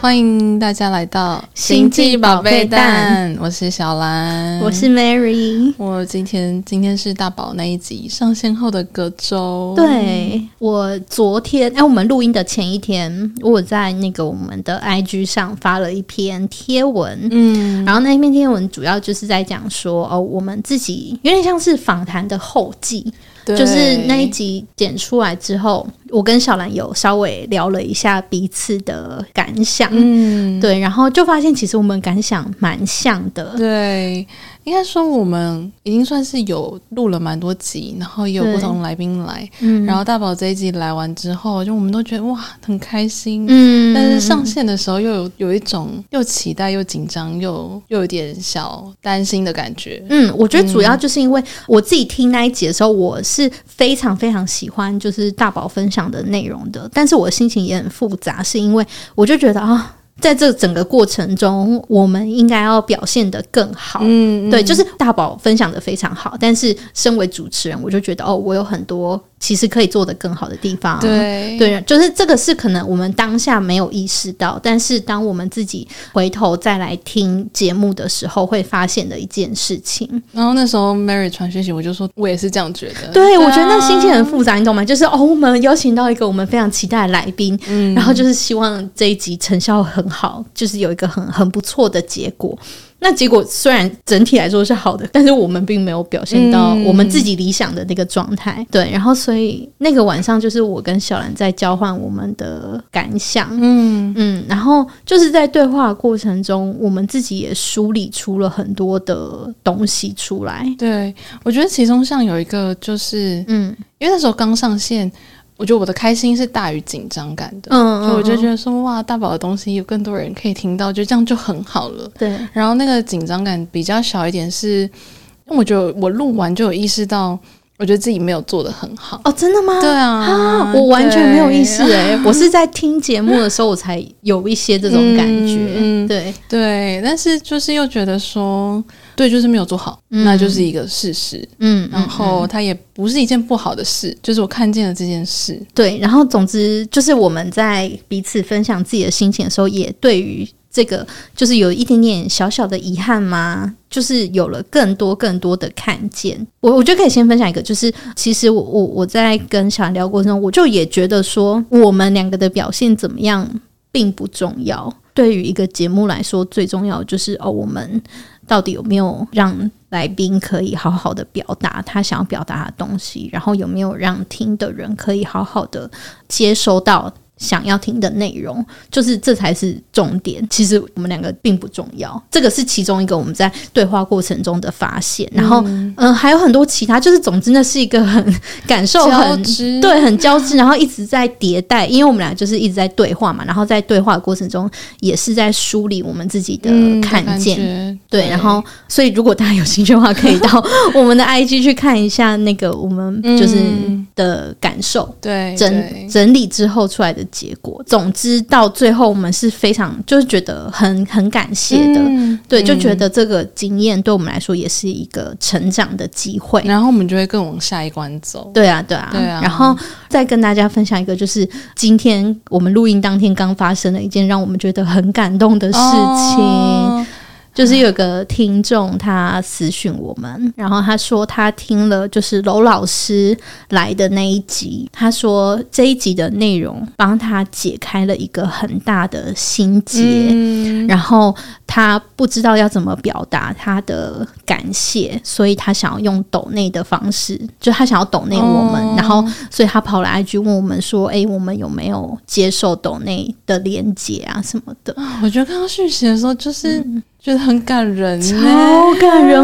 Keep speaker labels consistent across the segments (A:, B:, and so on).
A: 欢迎大家来到
B: 星际宝
A: 星际宝贝
B: 贝蛋
A: 蛋，我是小兰，
B: 我是 Mary。
A: 我今天今天是大宝那一集上线后的隔周，，
B: 对我昨天，哎，我们录音的前一天，我有在那个我们的 IG 上发了一篇贴文，
A: 嗯，
B: 然后那篇贴文主要就是在讲说，哦，我们自己有点像是访谈的后记，
A: 对
B: 就是那一集剪出来之后，我跟小兰有稍微聊了一下彼此的感想，
A: 嗯，
B: 对，然后就发现其实我们感想蛮像的，
A: 对，应该说我们已经算是有录了蛮多集，然后也有
B: 对
A: 不同来宾来，
B: 嗯，
A: 然后大宝这一集来完之后，就我们都觉得哇很开心，
B: 嗯，
A: 但是上线的时候又有有一种又期待又紧张又又有点小担心的感觉。
B: 嗯，我觉得主要就是因为我自己听那一集的时候，我是非常非常喜欢就是大宝分享的内容的，但是我心情也很复杂，是因为我就觉得啊，在这整个过程中，我们应该要表现得更好。
A: 嗯，
B: 对，就是大宝分享的非常好，但是身为主持人，我就觉得哦，我有很多其实可以做得更好的地方。
A: 对
B: 对，就是这个是可能我们当下没有意识到，但是当我们自己回头再来听节目的时候，会发现的一件事情。
A: 然后那时候 Mary 传讯息，我就说我也是这样觉得。啊
B: 对，我觉得那心情很复杂，你懂吗？就是哦，我们邀请到一个我们非常期待的来宾，
A: 嗯
B: 然后就是希望这一集成效很好，就是有一个很很不错的结果。那结果虽然整体来说是好的，但是我们并没有表现到
A: 嗯
B: 我们自己理想的那个状态。对，然后所以那个晚上就是我跟小兰在交换我们的感想，
A: 嗯，
B: 嗯，然后就是在对话的过程中，我们自己也梳理出了很多的东西出来。
A: 对，我觉得其中像有一个，就是
B: 嗯
A: 因为那时候刚上线，我觉得我的开心是大于紧张感的，
B: 嗯，
A: 所以我就觉
B: 得
A: 得说哇，大宝的东西有更多人可以听到，就这样就很好了。
B: 嗯对，
A: 然后那个紧张感比较小一点是，因为我觉得我录完就有意识到，我觉得自己没有做的很好。
B: 哦，真的吗？
A: 对啊，
B: 啊，我完全没有意识
A: 对
B: 哎、我是在听节目的时候，我才有一些这种感觉。
A: 嗯嗯
B: 对，
A: 对，但是就是又觉得说，对，就是没有做好，
B: 嗯
A: 那就是一个事实。
B: 嗯，
A: 然
B: 嗯
A: 后
B: 嗯
A: 它也不是一件不好的事，就是我看见了这件事。
B: 对，然后总之就是我们在彼此分享自己的心情的时候，也对于这个就是有一点点小小的遗憾吗？就是有了更多更多的看见。我我觉得可以先分享一个，就是其实我我我在跟小兰聊过程中，我就也觉得说我们两个的表现怎么样并不重要。对于一个节目来说，最重要的就是哦，我们到底有没有让来宾可以好好的表达他想要表达的东西，然后有没有让听的人可以好好的接收到想要听的内容，就是这才是重点。其实我们两个并不重要，这个是其中一个我们在对话过程中的发现。然后，嗯、还有很多其他，就是总之那是一个很感受
A: 交
B: 很
A: 织，
B: 对，很交织，然后一直在迭代，因为我们俩就是一直在对话嘛，然后在对话的过程中也是在梳理我们自己的
A: 嗯，
B: 看见。
A: 见，
B: 对，然后所以如果大家有兴趣的话，可以到我们的 IG 去看一下那个 我们就是
A: 嗯
B: 的感受。
A: 对
B: 整
A: 嗯哎对
B: 整理之后出来的结果，总之到最后我们是非常就是觉得很很感谢的，
A: 嗯
B: 对，就
A: 嗯
B: 觉得这个经验对我们来说也是一个成长的机会。
A: 然后我们就会更往下一关走。
B: 对啊，对啊，
A: 对啊
B: 然后再跟大家分享一个，就是今天我们录音当天刚发生了一件让我们觉得很感动的事情，
A: 哦
B: 就是有个听众他私讯我们，然后他说他听了就是娄老师来的那一集，他说这一集的内容帮他解开了一个很大的心结。
A: 嗯
B: 然后他不知道要怎么表达他的感谢，所以他想要用抖内的方式，就他想要抖内我们，
A: 哦
B: 然后所以他跑来 IG 问我们说：“诶，我们有没有接受抖内的连接啊什么的
A: 我觉得看到讯息的时候，就是觉得很感人？”呢。
B: 嗯超 感人，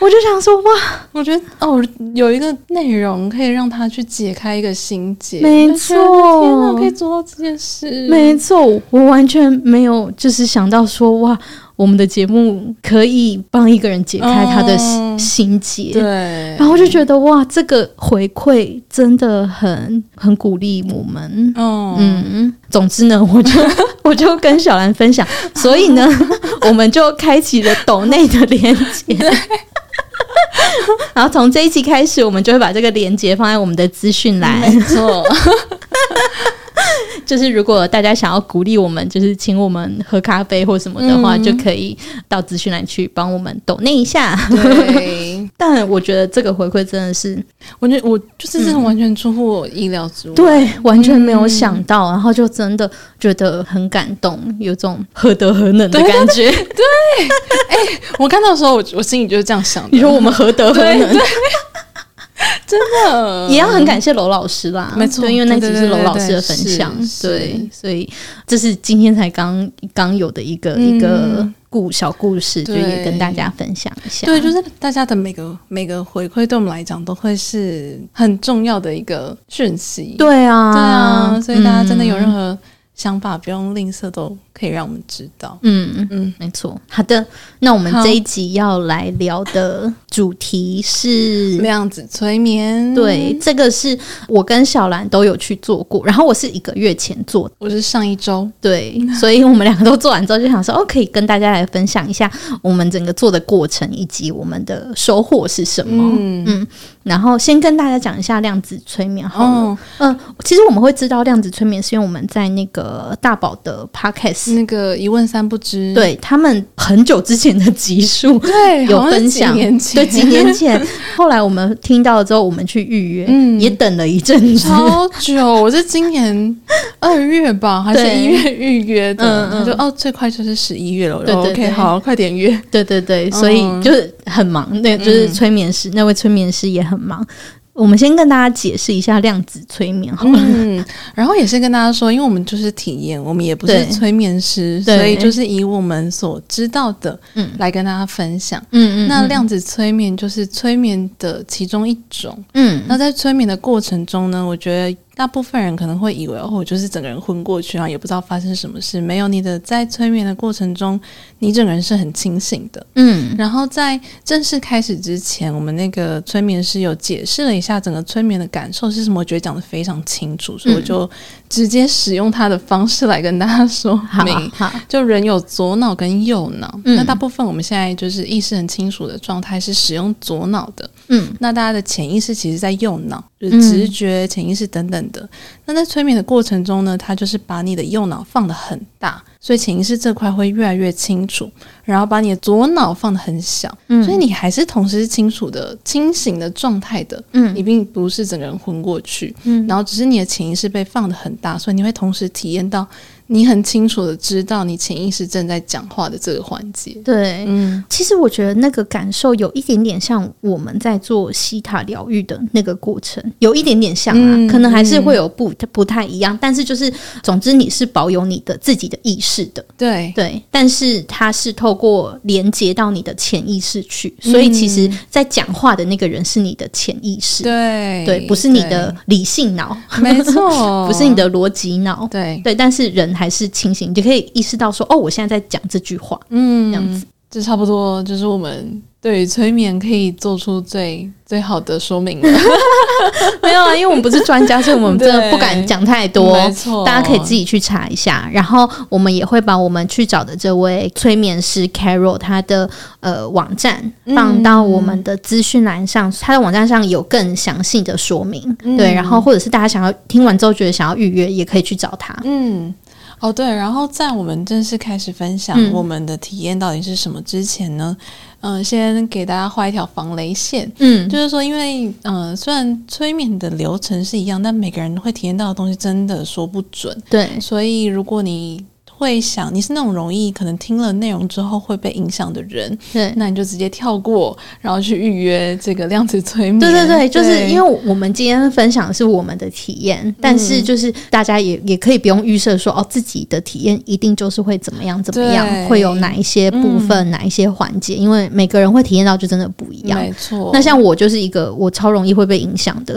B: 我就想说哇，
A: 我觉得哦，有一个内容可以让他去解开一个心结，
B: 没
A: 就觉得天哪，
B: 错
A: 可以做到这件事，
B: 没错，我完全没有就是想到说哇，我们的节目可以帮一个人解开他的心
A: 哦
B: 心结。
A: 对
B: 然，后我就觉得哇，这个回馈真的很很鼓励我们。
A: 嗯，
B: 嗯，总之呢， 我就我就跟小兰 分享，所以呢， 我们就开启了抖内的连接。 然后从这一期开始，我们就会把这个连接放在我们的资讯栏，
A: 没错，
B: 就是如果大家想要鼓励我们，就是请我们喝咖啡或什么的话，
A: 嗯
B: 就可以到资讯栏去帮我们抖那一下。
A: 对，
B: 但我觉得这个回馈真的是
A: 我觉得我就是这种完全出乎我意料之外。
B: 嗯对，完全没有想到，然后就真的觉得很感动，有种何德何能的
A: 对
B: 感觉。
A: 我看到的时候，我我心里就是这样想
B: 你
A: 的，
B: 说我们何德何能？
A: 真的
B: 也要很感谢娄老师啦，
A: 没错
B: 对因为那集
A: 对对
B: 是
A: 对
B: 娄
A: 对
B: 老师
A: 对
B: 的分
A: 是
B: 享，
A: 是
B: 对，所以这是今天才刚刚有的一个、一个故小故事，就
A: 对
B: 也跟大家分享一下。
A: 对，就是大家的每个每个回馈，对我们来讲都会是很重要的一个讯息。
B: 对啊，嗯
A: 对啊，所以大家真的有任
B: 何
A: 何想法，不用吝啬，都可以让我们知道。
B: 嗯嗯。
A: 嗯，
B: 没错，好的，那我们
A: 好
B: 这一集要来聊的主题是
A: 量子催眠，
B: 对，，这个是我跟小兰都有去做过，然后我是一个月前做的，
A: 我是上一周，
B: 对，所以我们两个都做完之后就想说，哦，可以跟大家来分享一下我们整个做的过程以及我们的收获是什么。
A: 嗯
B: 然后先跟大家讲一下量子催眠好了，
A: 哦，
B: 嗯、其实我们会知道量子催眠是因为我们在那个大宝的 podcast，、
A: 那个一问三不知，
B: 对他们很久之前的集数
A: 对，
B: 有
A: 好像是
B: 分
A: 几
B: 享
A: 年前
B: 对，几年前，后来我们听到了之后，我们去预约，
A: 嗯
B: 也等了一阵子，
A: 超久，我是今 年二月吧，还是
B: 对
A: 一月预约的？
B: 嗯嗯
A: 他说哦，最快就是十一月了。我
B: 对
A: 说
B: 对
A: OK，
B: 对
A: 好，快点约。
B: 对对对，所以
A: 嗯
B: 就是很忙，那就是催眠师、那位催眠师也很忙。我们先跟大家解释一下量子催眠好了，
A: 嗯， 然后也是跟大家说，因为我们就是体验，我们也不
B: 对
A: 是催眠师，
B: 对
A: 所以就是以我们所知道的
B: 嗯
A: 来跟大家分享。
B: 嗯
A: 那量子催眠就是催眠的其中一种。
B: 嗯
A: 那在催眠的过程中呢，我觉得大部分人可能会以为哦，我就是整个人昏过去，然后也不知道发生什么事。没有，你的在催眠的过程中，你整个人是很清醒的。
B: 嗯
A: 然后在正式开始之前，我们那个催眠师有解释了一下整个催眠的感受是什么，我觉得讲的非常清楚，所以我
B: 嗯
A: 就直接使用他的方式来跟大家说
B: 好
A: 明。
B: 好
A: 就人有左脑跟右脑，
B: 嗯
A: 那大部分我们现在就是意识很清楚的状态是使用左脑的，
B: 嗯
A: 那大家的潜意识其实在右脑，就
B: 嗯
A: 是直觉、潜意识等等的。那在催眠的过程中呢，它就是把你的右脑放得很大，所以潜意识这块会越来越清楚，然后把你的左脑放得很小，
B: 嗯
A: 所以你还是同时是清楚的、清醒的状态的，
B: 嗯
A: 你并不是整个人昏过去，
B: 嗯
A: 然后只是你的潜意识被放得很大，所以你会同时体验到你很清楚的知道你潜意识正在讲话的这个环节。
B: 对。
A: 嗯，
B: 其实我觉得那个感受有一点点像我们在做西塔疗愈的那个过程，有一点点像啊，
A: 嗯
B: 可能还是会有不不太一样，但是就是总之你是保有你的自己的意识的，
A: 对，
B: 对，但是它是透过连接到你的潜意识去，所以其实在讲话的那个人是你的潜意识，
A: 对，
B: 对，不是你的理性脑，
A: 嗯 对，哦没错，
B: 不是你的逻辑脑，
A: 对，
B: 对，但是人还是清醒，你就可以意识到说，哦，我现在在讲这句话，
A: 嗯，
B: 这样子，
A: 这差不多就是我们对于催眠可以做出最最好的说明了。
B: 没有啊，因为我们不是专家，所以 我们真的不敢讲太多。
A: 没错，
B: 大家可以自己去查一下，然后我们也会把我们去找的这位催眠师 Carol 他的呃网站放到我们的资讯栏上，他的网站上有更详细的说明。
A: 嗯
B: 对，然后或者是大家想要听完之后觉得想要预约，也可以去找他。
A: 嗯。哦，对，然后在我们正式开始分享
B: 嗯
A: 我们的体验到底是什么之前呢，嗯、先给大家画一条防雷线，
B: 嗯，
A: 就是说，因为嗯、呃虽然催眠的流程是一样，但每个人会体验到的东西真的说不准。
B: 对，
A: 所以如果你会想你是那种容易可能听了内容之后会被影响的人，
B: 对。
A: 那你就直接跳过，然后去预约这个量子催眠。
B: 对对对，就是因为我们今天分享的是我们的体
A: 嗯
B: 验，但是就是大家也也可以不用预设说哦，自己的体验一定就是会怎么样怎么样，
A: 对嗯
B: 会有哪一些部分、哪一些环节，因为每个人会体验到就真的不一样。
A: 没错。
B: 那像我就是一个我超容易会被影响 的，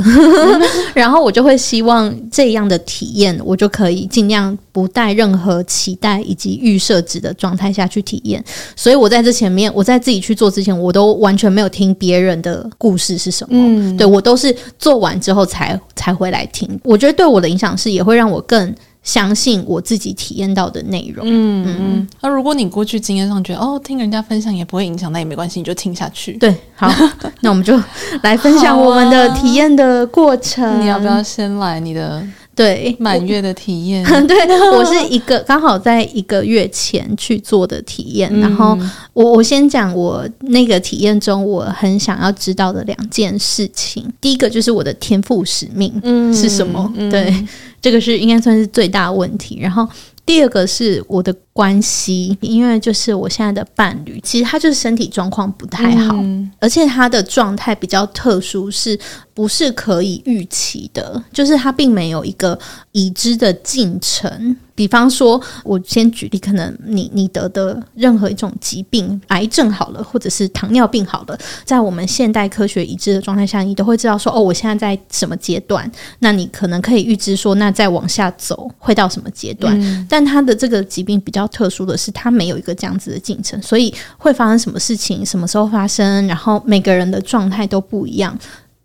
B: 然后我就会希望这样的体验，我就可以尽量不带任何期待以及预设值的状态下去体验。所以我在这前面，我在自己去做之前，我都完全没有听别人的故事是什么。
A: 嗯，
B: 对我都是做完之后才才回来听。我觉得对我的影响是，也会让我更相信我自己体验到的内容。
A: 嗯嗯。那如果你过去经验上觉得哦，听人家分享也不会影响，那也没关系，你就听下去。
B: 对， 好，
A: 啊
B: 那我们就来分享我们的体验的过程。嗯
A: 你要不要先来你的
B: 对，
A: 满月的体验，
B: 对，我是一个刚好在一个月前去做的体验，然后
A: 嗯
B: 我我先讲我那个体验中我很想要知道的两件事情，第一个就是我的天赋使命，
A: 嗯
B: 是什么？
A: 嗯
B: 对，这个是应该算是最大的问题。然后第二个是我的关系，因为就是我现在的伴侣，其实他就是身体状况不太好，
A: 嗯
B: 而且他的状态比较特殊，是不是可以预期的？就是他并没有一个已知的进程。比方说，我先举例，可能你你得的任何一种疾病，癌症好了，或者是糖尿病好了，在我们现代科学已知的状态下，你都会知道说，哦，我现在在什么阶段？那你可能可以预知说，那再往下走会到什么阶段？
A: 嗯
B: 但他的这个疾病比较特殊的是，他没有一个这样子的进程，所以会发生什么事情，什么时候发生，然后每个人的状态都不一样，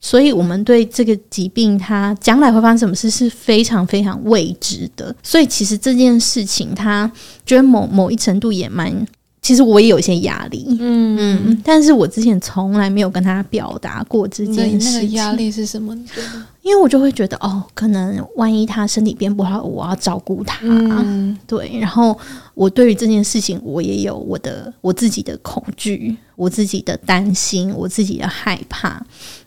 B: 所以我们对这个疾病它将来会发生什么事是非常非常未知的。所以其实这件事情，它觉得某某一程度也蛮，其实我也有一些压力， 嗯嗯，但是我之前从来没有跟他表达过这
A: 你的那
B: 件事
A: 个
B: 情，
A: 压力是什么？你觉得？
B: 因为我就会觉得哦，可能万一他身体变不好，我要照顾他，
A: 嗯，
B: 对，然后我对于这件事情，我也有我的我自己的恐惧，我自己的担心，我自己的害怕。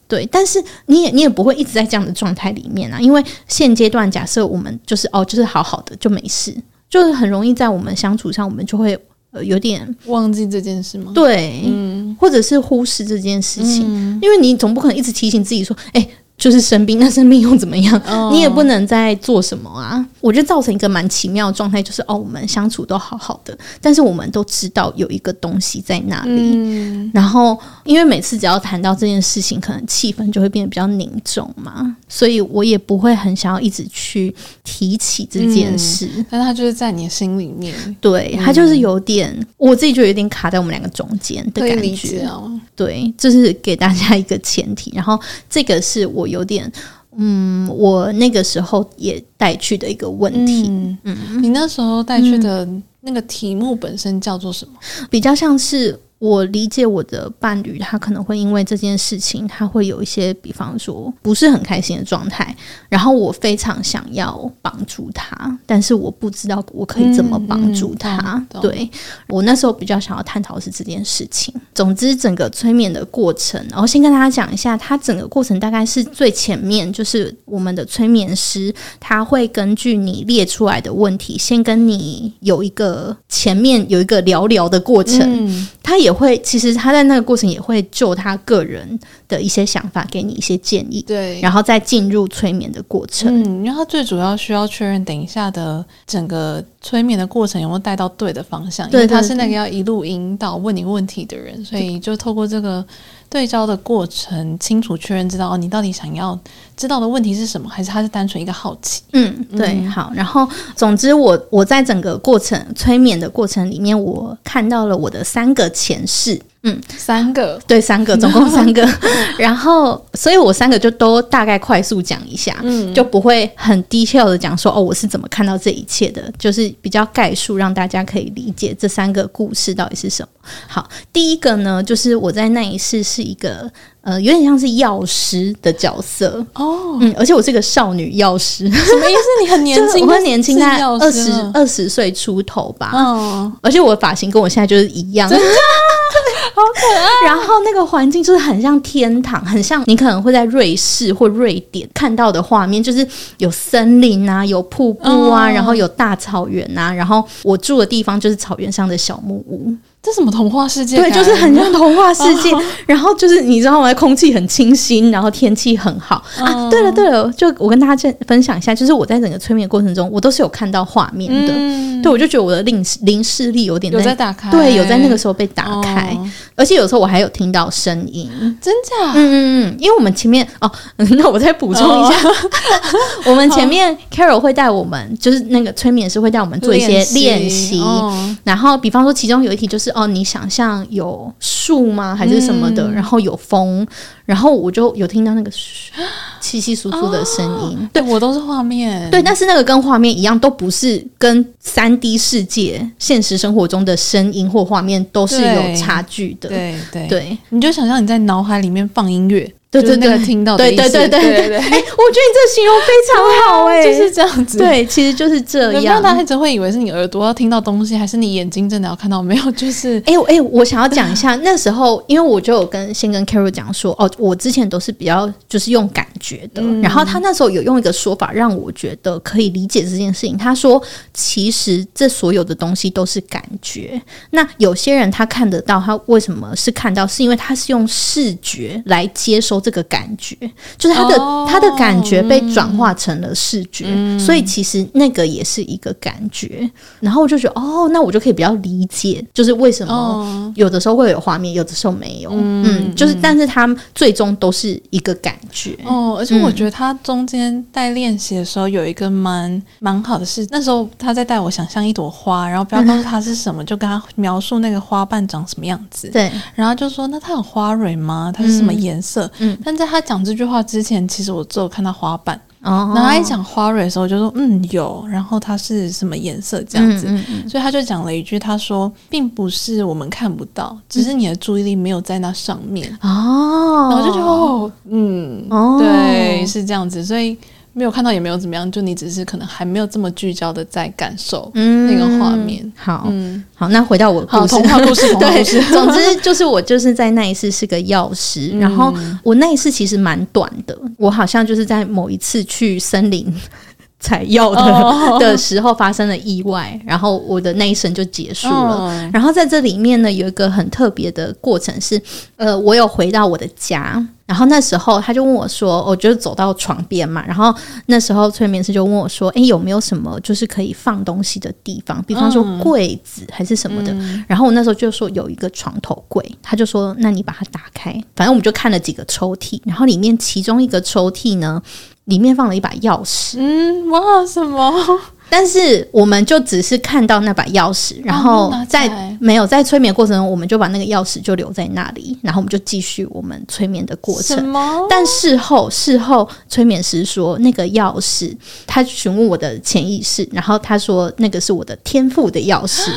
B: 对，但是你也你也不会一直在这样的状态里面啊，因为现阶段假设我们就是哦，就是好好的就没事，就是很容易在我们相处上，我们就会呃有点
A: 忘记这件事吗？
B: 对，
A: 嗯，
B: 或者是忽视这件事情，
A: 嗯，
B: 因为你总不可能一直提醒自己说，哎、就是生病，那生病又怎么样？
A: 哦
B: 你也不能再做什么啊！我觉得造成一个蛮奇妙的状态，就是哦，我们相处都好好的，但是我们都知道有一个东西在那里。
A: 嗯，
B: 然后，因为每次只要谈到这件事情，可能气氛就会变得比较凝重嘛，所以我也不会很想要一直去提起这件事。
A: 但他就是在你的心里面，
B: 对，它就是有点，我自己就有点卡在我们两个中间的
A: 可以
B: 感
A: 理
B: 觉
A: 解。啊。
B: 对，这是给大家一个前提。然后这个是我有点，嗯，我那个时候也带去的一个问题，
A: 嗯嗯，你嗯那时候带去的那个题目本身叫做什么？
B: 比较像是我理解我的伴侣，他可能会因为这件事情，他会有一些，比方说不是很开心的状态，然后我非常想要帮助他，但是我不知道我可以怎么帮助他。
A: 嗯嗯懂懂
B: 对我那时候比较想要探讨的是这件事情。总之，整个催眠的过程，然后先跟大家讲一下，它整个过程大概是最前面，就是我们的催眠师他会根据你列出来的问题，先跟你有一个前面有一个聊聊的过程。
A: 嗯
B: 他也会，其实他在那个过程也会就他个人的一些想法给你一些建议，
A: 对，
B: 然后再进入催眠的过程。
A: 嗯，因为他最主要需要确认等一下的整个催眠的过程有没有带到对的方向，因
B: 对
A: 为
B: 对
A: 他是那个要一路引导问你问题的人，所以就透过这个对焦的过程，清楚确认知道哦，你到底想要知道的问题是什么，还是他是单纯一个好奇？
B: 嗯，对，好。然后，总之我，我在整个过程催眠的过程里面，我看到了我的三个前世。嗯，
A: 三个，
B: 对，三个，总共三个。然后，所以我三个就都大概快速讲一下，
A: 嗯，
B: 就不会很 detail 的讲说哦，我是怎么看到这一切的，就是比较概述，让大家可以理解这三个故事到底是什么。好，第一个呢，就是我在那一世是一个呃，有点像是药师的角色，
A: 哦，
B: 嗯，而且我是个少女药师，
A: 什么意思？你很 年
B: 就是
A: 轻，
B: 我很年轻，大概
A: 药
B: 二
A: 师
B: 十
A: 了
B: 二十岁出头吧，
A: 嗯，
B: 而且我的发型跟我现在就是一样，真 的好可爱。然后那个环境就是很像天堂，很像你可能会在瑞士或瑞典看到的画面，就是有森林啊，有瀑布啊，
A: 哦
B: 然后有大草原啊，然后我住的地方就是草原上的小木屋，
A: 这什么童话世界
B: 对，
A: 感？嗯哦
B: 就是很像童话世界。然后就是你知道吗？空气很清新，然后天气很好、啊。
A: 哦
B: 对了对了，就我跟大家分分享一下，就是我在整个催眠过程中，我都是有看到画面的。
A: 嗯，
B: 对，我就觉得我的灵灵视力有点
A: 有在打开，
B: 对，有在那个时候被打开，
A: 哦啊
B: 而且有时候我还有听到声音。嗯
A: 真假？
B: 嗯嗯，因为我们前面哦， 那我再补充一下，
A: 哦
B: 我们前面 Carol 会带我们，就是那个催眠师会带我们 做一些练习。
A: 哦
B: 然后，比方说，其中有一题就是哦，你想象有树吗，还是什么的？
A: 嗯
B: 然后有风，然后我就有听到那个 嘘稀稀疏疏的声音。
A: 对我都是画面，
B: 对，但是那个跟画面一样，都不是跟三 D 世界现实生活中的声音或画面都是有
A: 对
B: 差距的。
A: 对对
B: 对
A: 你就想象你在脑海里面放音乐，
B: 对
A: 就是
B: 对
A: 那
B: 对
A: 个，听到的
B: 对
A: 意思，
B: 对对
A: 对啊
B: 对对，哎，我觉得你这个形容非常好哎，
A: 就是这样子。
B: 对，其实就是这
A: 有没有
B: 样。
A: 男孩子会以为是你耳朵要听到东西，还是你眼睛真的要看到？没有，就是
B: 哎、我哎、我想要讲一下，那时候因为我就有跟先跟 Carol 讲说，哦，我之前都是比较就是用感觉的，
A: 嗯
B: 然后他那时候有用一个说法让我觉得可以理解这件事情。他说，其实这所有的东西都是感觉。那有些人他看得到，他为什么是看到？是因为他是用视觉来接收这个感觉，就是他的、
A: 哦嗯
B: 他的感觉被转化成了视觉，所以其实那个也是一个感觉。然后我就觉得，哦，那我就可以比较理解，就是为什么、
A: 哦，
B: 有的时候会有画面，有的时候没有。嗯，就是，但是他们最终都是一个感觉。
A: 哦，而且我觉得他中间带练习的时候有一个蛮蛮好的事，那时候他在带我想象一朵花，然后不要告诉他是什么，就跟他描述那个花瓣长什么样子，
B: 对，
A: 然后就说那它有花蕊吗？它是什么颜色？
B: 嗯
A: 但在他讲这句话之前，其实我只有看到花瓣，
B: 哦
A: 然后他一讲花蕊的时候，我就说嗯有，然后它是什么颜色这
B: 这
A: 样子，
B: 嗯嗯
A: 所以他就讲了一句，他说并不是我们看不到，只是你的注意力没有在那上面。
B: 嗯哦，
A: 然后就觉得哦，嗯，
B: 哦
A: 对，是这样子，所以没有看到也没有怎么样，就你只是可能还没有这么聚焦的在感受。
B: 嗯
A: 那个画面。
B: 好，
A: 嗯，
B: 好，那回到我的
A: 好，
B: 故事
A: 童话故事， 童话故
B: 对嗯
A: 事，，
B: 总之就是我就是在那一次是个药师，然后我那一次其实蛮短的，我好像就是在某一次去森林采药的、
A: 哦
B: 的时候发生了意外，然后我的那一生就结束了。
A: 嗯
B: 然后在这里面呢，有一个很特别的过程是，呃，我有回到我的家，然后那时候他就问我说，我就走到床边嘛，然后那时候催眠师就问我说，诶，哎有没有什么就是可以放东西的地方，比方说
A: 嗯
B: 柜子还是什么的？然后我那时候就说有一个床头柜，他就说那你把它打开，反正我们就看了几个抽屉，然后里面其中一个抽屉呢，里面放了一把钥匙，
A: 嗯，哇，什么？
B: 但是我们就只是看到那把钥匙，
A: 哦
B: 然
A: 没有
B: 后
A: 拿起
B: 在、
A: 来
B: 没有在催眠过程中，我们就把那个钥匙就留在那里，然后我们就继续我们催眠的过
A: 什
B: 程。
A: 么？
B: 但事后，事后催眠师说，那个钥匙，他询问我的潜意识，然后他说那个是我的天赋的钥 匙，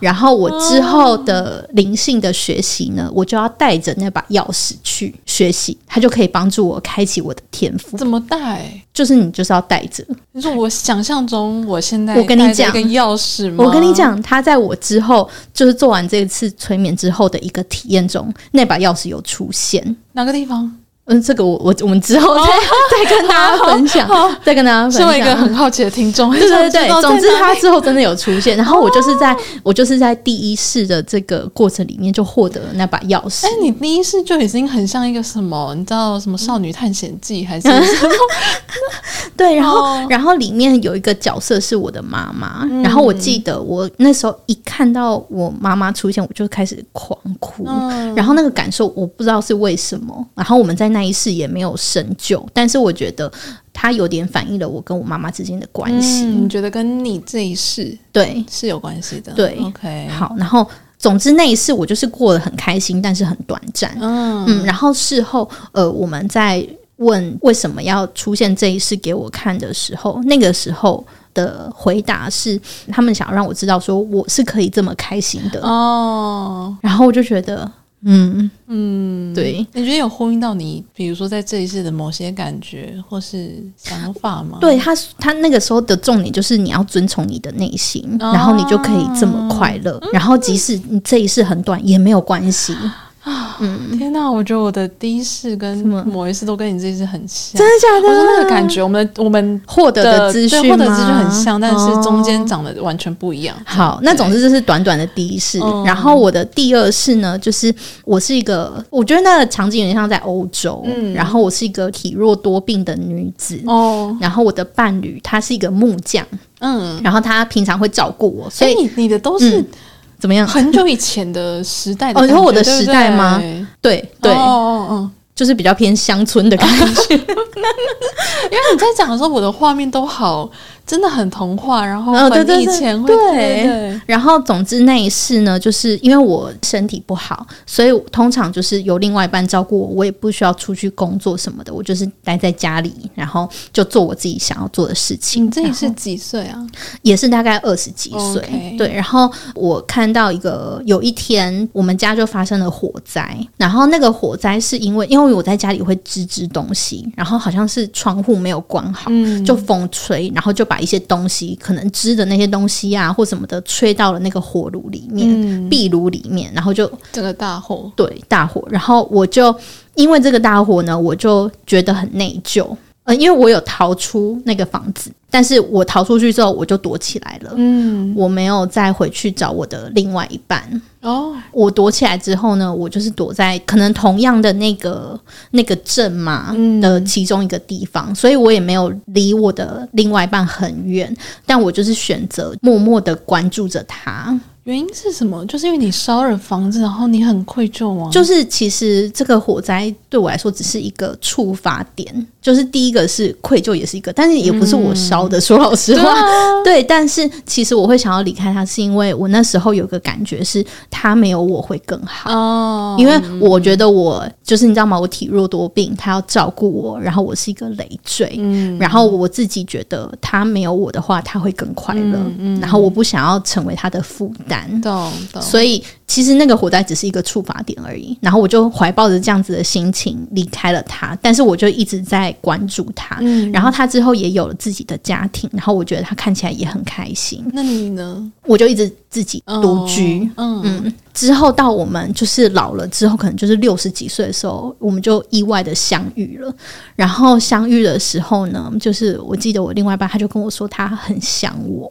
B: 然后我之后的灵性的学习呢，我就要带着那把钥匙去学习，它就可以帮助我开启我的天赋。
A: 怎么带？
B: 就是你就是要带着，
A: 你说我想象中，我现在
B: 我跟你
A: 带着
B: 讲
A: 一个钥匙吗？
B: 我跟你，讲，他在我之后就是做完这次催眠之后的一个体验中，那把钥匙有出现。
A: 哪个地方？
B: 嗯，这个我我我们之后再、 再跟大家分享，
A: 好，
B: 再跟大家
A: 哦
B: 分
A: 身
B: 享。
A: 为一个很好奇的听众，
B: 对对对
A: 很想知道
B: 对，总之
A: 在哪
B: 他
A: 里哦
B: 之后真的有出现，然后我就是在、我就是在第一世的这个过程里面就获得了那把钥匙
A: 哎、。你第一次就已经很像一个什么，你知道什么少女探险记还是？
B: 嗯 对，然后、
A: 哦嗯
B: 然后里面有一个角色是我的妈妈，然后我记得我那时候一看到我妈妈出现，我就开始狂哭，
A: 嗯
B: 然后那个感受我不知道是为什么，然后我们在那一世也没有深究，但是我觉得它有点反映了我跟我妈妈之间的关系，
A: 嗯，你觉得跟你这一世
B: 对，
A: 是有关系的？
B: 对
A: ，OK，，
B: 好，然后总之那一世我就是过得很开心，但是很短暂，
A: 嗯
B: 嗯，然后事后呃我们在问为什么要出现这一世给我看的时候，那个时候的回答是他们想要让我知道说我是可以这么开心的，
A: 哦，
B: 然后我就觉得嗯嗯对。
A: 你觉得有呼应到你，比如说在这一世的某些感觉或是想法吗？
B: 对他，他那个时候的重点就是你要遵从你的内心，
A: 哦
B: 然后你就可以这么快乐。然后即使你这一世很短也没有关系，
A: 天哪，我觉得我的第一世跟
B: 什么
A: 某一世都跟你这一世很像
B: 真。的假
A: 我
B: 的？
A: 说那个感觉，我们的我们
B: 获得的资讯
A: 对
B: 吗，
A: 获得资讯很像，但是中间
B: 哦
A: 长得完全不一样。
B: 好，那总之这是短短的第一世，
A: 嗯
B: 然后我的第二世呢，就是我是一个，我觉得那个场景有点像在欧洲，
A: 嗯
B: 然后我是一个体弱多病的女子，
A: 哦，
B: 然后我的伴侣他是一个木匠，
A: 嗯，
B: 然后他平常会照顾我，所
A: 所以
B: 以、
A: 你你的都是
B: 怎么样？
A: 很久以前的时代的
B: 哦
A: 感觉，
B: 你说我的
A: 对不
B: 时代吗
A: 对
B: 对对，
A: 哦哦哦，
B: 就是比较偏乡村的感觉，
A: 因为你在讲的时候，我的画面都好真的很童话，然后
B: 哦对
A: 很
B: 对
A: 以
B: 对
A: 前会
B: 对
A: 对
B: 然后，总之那一世呢，就是因为我身体不好，所以通常就是由另外一半照顾我，我也不需要出去工作什么的，我就是待在家里，然后就做我自己想要做的事情。
A: 你自己是
B: 然后
A: 几岁啊？
B: 也是大概二十几岁
A: OK
B: 对。然后我看到一个有一天我们家就发生了火灾，然后那个火灾是因为因为我在家里会支支东西，然后好像是窗户没有关好，
A: 嗯
B: 就风吹，然后就把一些东西，可能织的那些东西啊，或什么的，吹到了那个火炉里面、
A: 嗯，
B: 壁炉里面，然后就
A: 这个大火，
B: 对大火。然后我就因为这个大火呢，我就觉得很内疚，呃，因为我有逃出那个房子，但是我逃出去之后，我就躲起来了，
A: 嗯，
B: 我没有再回去找我的另外一半。
A: 哦，
B: 我躲起来之后呢，我就是躲在可能同样的那个那个镇嘛
A: 嗯
B: 的其中一个地方，所以我也没有离我的另外一半很远，但我就是选择默默的关注着他。
A: 原因是什么？就是因为你烧了房子，然后你很愧疚吗？
B: 就是其实这个火灾对我来说只是一个触发点，就是第一个是愧疚，也是一个，但是也不是我烧的。说老实
A: 对
B: 话，
A: 啊，
B: 对，但是其实我会想要离开他，是因为我那时候有个感觉是他没有我会更好。
A: 哦，
B: 因为我觉得我就是你知道吗？我体弱多病，他要照顾我，然后我是一个累赘，
A: 嗯
B: 然后我自己觉得他没有我的话，他会更快乐，
A: 嗯嗯
B: 然后我不想要成为他的负担。
A: 懂懂，
B: 所以其实那个火灾只是一个触发点而已，然后我就怀抱着这样子的心情离开了他，但是我就一直在关注他，
A: 嗯
B: 然后他之后也有了自己的家庭，然后我觉得他看起来也很开心，
A: 那你呢？
B: 我就一直自己独居，
A: 哦，嗯
B: 嗯，之后到我们就是老了之后，可能就是六十几岁的时候，我们就意外的相遇了。然后相遇的时候呢，就是我记得我另外一半他就跟我说他很想我，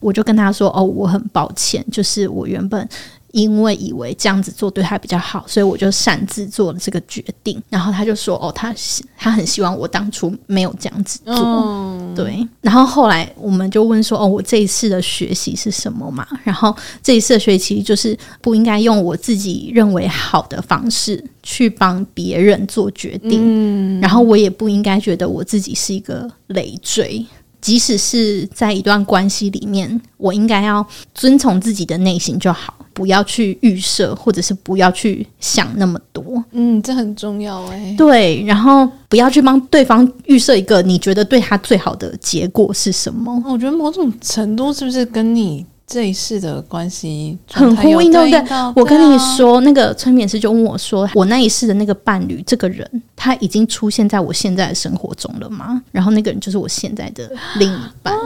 B: 我就跟他说哦，我很抱歉，就是我原本。因为以为这样子做对他比较好，所以我就擅自做了这个决定。然后他就说：“哦，他希他很希望我当初没有这样子做。
A: 嗯，
B: 对，然后后来我们就问说，哦，我这一次的学习是什么嘛？然后这一次的学习其实就是不应该用我自己认为好的方式去帮别人做决定，
A: 嗯，
B: 然后我也不应该觉得我自己是一个累赘。即使是在一段关系里面，我应该要遵从自己的内心就好，不要去预设，或者是不要去想那么多。
A: 嗯，这很重要哎，
B: 对，然后不要去帮对方预设一个你觉得对他最好的结果是什么。
A: 我觉得某种程度是不是跟你这一世的关系
B: 很呼应
A: 对
B: 对不对
A: 到
B: 我跟你，
A: 对啊
B: 说，那个催眠师就问我说：“我那一世的那个伴侣，这个人他已经出现在我现在的生活中了吗？”然后那个人就是我现在的另一半。
A: 啊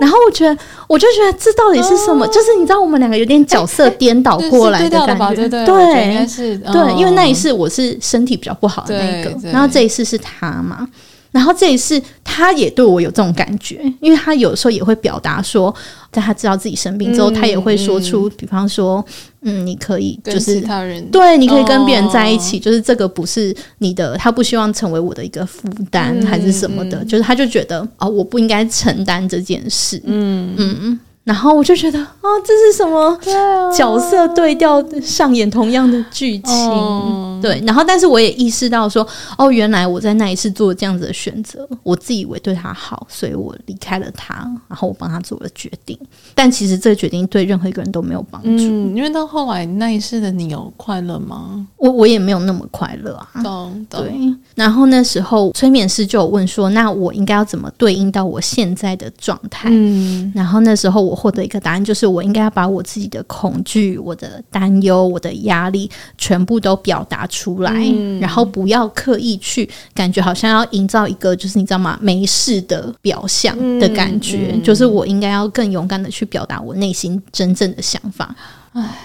B: 然后我觉得，我就觉得这到底是什么？就是你知道，我们两个有点角色颠倒
A: 对
B: 过
A: 是
B: 来
A: 啊哎对调的
B: 感
A: 吧？
B: 觉。
A: 对
B: 对
A: 对，我觉得应该是
B: 对，因为那一
A: 嗯
B: 世我是身体比较不好的那一
A: 对
B: 个，
A: 对
B: 然后这一世是他嘛，然后这一世他也对我有这种感觉，因为他有时候也会表达说，在他知道自己生病之后，
A: 嗯
B: 他也会说出，比方说，嗯，你可以
A: 跟
B: 就
A: 其
B: 是。
A: 他人
B: 对，你可以跟别人在一
A: 哦
B: 起，就是这个不是你的，他不希望成为我的一个负担
A: 嗯
B: 还是什么的，就是他就觉得哦，我不应该承担这件事，嗯嗯，然后我就觉得哦，这是什么
A: 对啊
B: 角色对调上演同样的剧情。
A: 哦
B: 对，然后但是我也意识到说，哦，原来我在那一次做这样子的选择，我自以为对他好，所以我离开了他，然后我帮他做了决定，但其实这个决定对任何一个人都没有帮助，
A: 嗯，因为到后来那一世的你有快乐吗？
B: 我我也没有那么快乐啊。
A: 懂
B: 对
A: 懂，，
B: 然后那时候催眠师就有问说，那我应该要怎么对应到我现在的状态？
A: 嗯
B: 然后那时候我获得一个答案，就是我应该要把我自己的恐惧、我的担忧、我的压力全部都表达出来，
A: 嗯
B: 然后不要刻意去感觉好像要营造一个就是你知道吗没事的表象的感觉，
A: 嗯嗯
B: 就是我应该要更勇敢的去表达我内心真正的想法，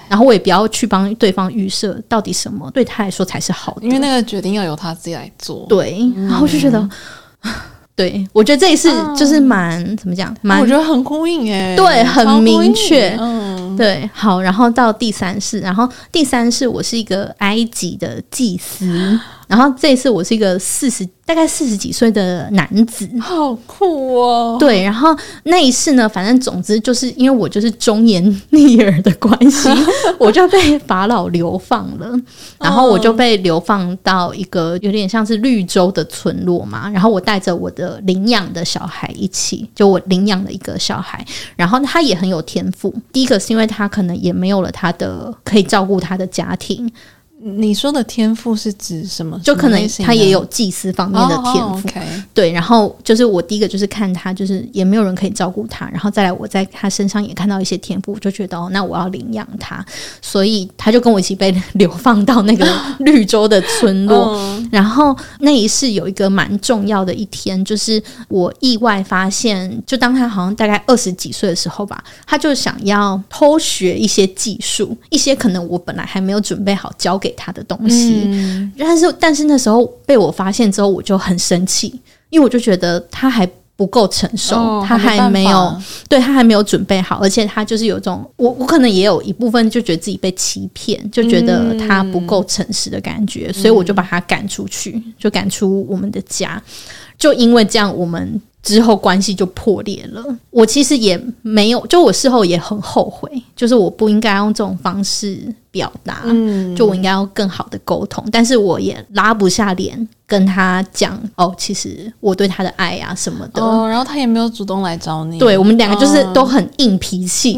B: 然后我也不要去帮对方预设到底什么对他来说才是好的，
A: 因为那个决定要由他自己来做。哦
B: 对，然后我就觉得，嗯 对我觉得这一次就是蛮、怎么讲，蛮
A: 我觉得很呼应哎、
B: 对很
A: 超呼
B: 明
A: 应
B: 确
A: 嗯，
B: 对，好，然后到第三世，然后第三世我是一个埃及的祭司，然后这一次我是一个四十大概四十几岁的男子，
A: 好酷哦！
B: 对，然后那一世呢，反正总之就是因为我就是忠言逆耳的关 系，我就被法老流放了，
A: 哦
B: 然后我就被流放到一个有点像是绿洲的村落嘛，然后我带着我的领养的小孩一起，就我领养了一个小孩，然后他也很有天赋，第一个是因为他可能也没有了他的可以照顾他的家庭，
A: 你说的天赋是指什么？
B: 就可
A: 什么
B: 能
A: 类型
B: 他也
A: 呢
B: 有祭司方面的天赋。
A: 哦哦，OK
B: 对，然后就是我第一个就是看他，就是也没有人可以照顾他，然后再来我在他身上也看到一些天赋，我就觉得哦，那我要领养他，所以他就跟我一起被 流放到那个绿洲的村落。
A: 嗯
B: 然后那一世有一个蛮重要的一天，就是我意外发现，就当他好像大概二十几岁的时候吧，他就想要偷学一些技术，一些可能我本来还没有准备好教给他的东西。
A: 嗯
B: 但是但是那时候被我发现之后，我就很生气，因为我就觉得他还不够成熟，
A: 哦
B: 他还没有
A: 办法
B: 对他还没有准备好，而且他就是有一种我我可能也有一部分就觉得自己被欺骗，就觉得他不够诚实的感
A: 嗯
B: 觉，所以我就把他赶出去，就赶出我们的家。就因为这样，我们之后关系就破裂了。我其实也没有，就我事后也很后悔，就是我不应该用这种方式表达。
A: 嗯
B: 就我应该要更好的沟通，但是我也拉不下脸跟他讲哦，其实我对他的爱啊什么的，
A: 哦，然后他也没有主动来找你，
B: 对我们两个就是都很硬脾 气。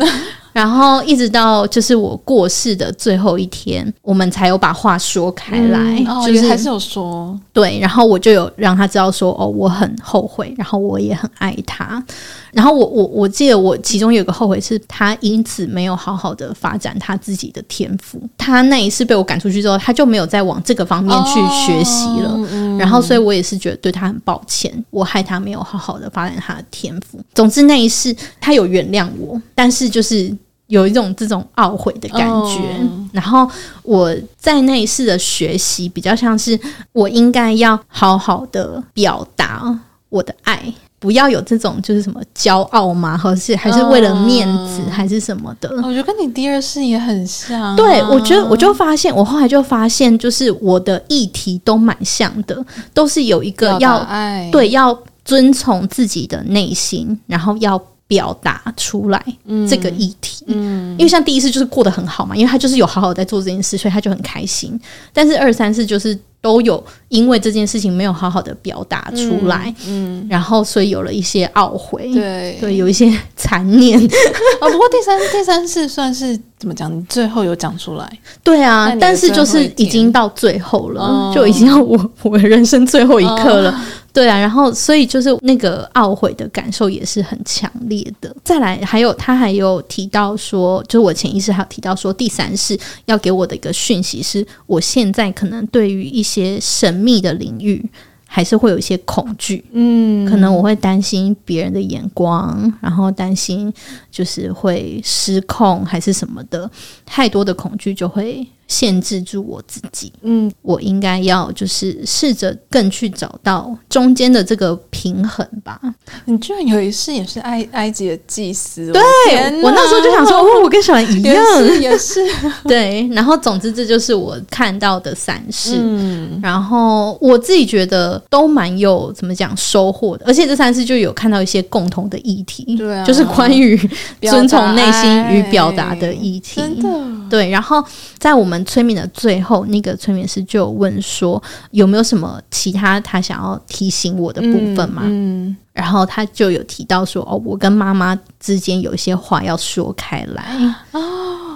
B: 然后一直到就是我过世的最后一天，我们才有把话说开
A: 嗯，
B: 来，
A: 哦，
B: 就
A: 原来还
B: 是
A: 是有说，
B: 对，然后我就有让他知道说，哦，我很后悔，然后我也很爱他。然后我我我记得我其中有一个后悔是，他因此没有好好的发展他自己的天赋。他那一次被我赶出去之后，他就没有再往这个方面去学习了。
A: 哦嗯
B: 然后，所以我也是觉得对他很抱歉，我害他没有好好的发展他的天赋。总之那一世他有原谅我，但是就是有一种这种懊悔的感觉。
A: 哦
B: 然后我在那一世的学习比较像是我应该要好好的表达我的爱。不要有这种就是什么骄傲嘛，或者是还是为了面子，
A: 哦
B: 还是什么的。
A: 哦我觉得跟你第二世也很像啊、
B: 对，我觉得我就发现，我后来就发现，就是我的议题都蛮像的，都是有一个
A: 表达
B: 要
A: 爱，
B: 对要遵从自己的内心，然后要表达出来
A: 嗯
B: 这个议题。
A: 嗯，
B: 因为像第一次就是过得很好嘛，因为他就是有好好在做这件事，所以他就很开心。但是二三次就是都有因为这件事情没有好好的表达出来，
A: 嗯，
B: 然后所以有了一些懊悔，
A: 对
B: 嗯对，有一些残念。
A: 哦，不过第三第三世算是怎么讲？你最后有讲出来，
B: 对啊
A: 那，你的
B: 但是
A: 最后
B: 就是
A: 一
B: 已
A: 天
B: 经到最后了，
A: 哦
B: 就已经要 我我人生最后一刻了。对啊，然后所以就是那个懊悔的感受也是很强烈的。再来，还有他还有提到说，就是我潜意识还有提到说，第三世要给我的一个讯息是，我现在可能对于一些神秘的领域还是会有一些恐惧。
A: 嗯，
B: 可能我会担心别人的眼光，然后担心就是会失控还是什么的，太多的恐惧就会限制住我自己。
A: 嗯
B: 我应该要就是试着更去找到中间的这个平衡吧。
A: 你居然有一世也是埃埃及的祭司，对
B: 我那时候就想说，哦，我跟小兰一样
A: 哎也，是也是，
B: 对。然后总之这就是我看到的三世。
A: 嗯，
B: 然后我自己觉得都蛮有怎么讲收获的，而且这三次就有看到一些共同的议题，
A: 对啊
B: 就是关于
A: 表达
B: 遵从内心与表达的议题。
A: 真的，
B: 对，然后在我们催眠的最后，那个催眠师就有问说有没有什么其他他想要提醒我的部分吗？
A: 嗯，
B: 然后他就有提到说哦，我跟妈妈之间有一些话要说开来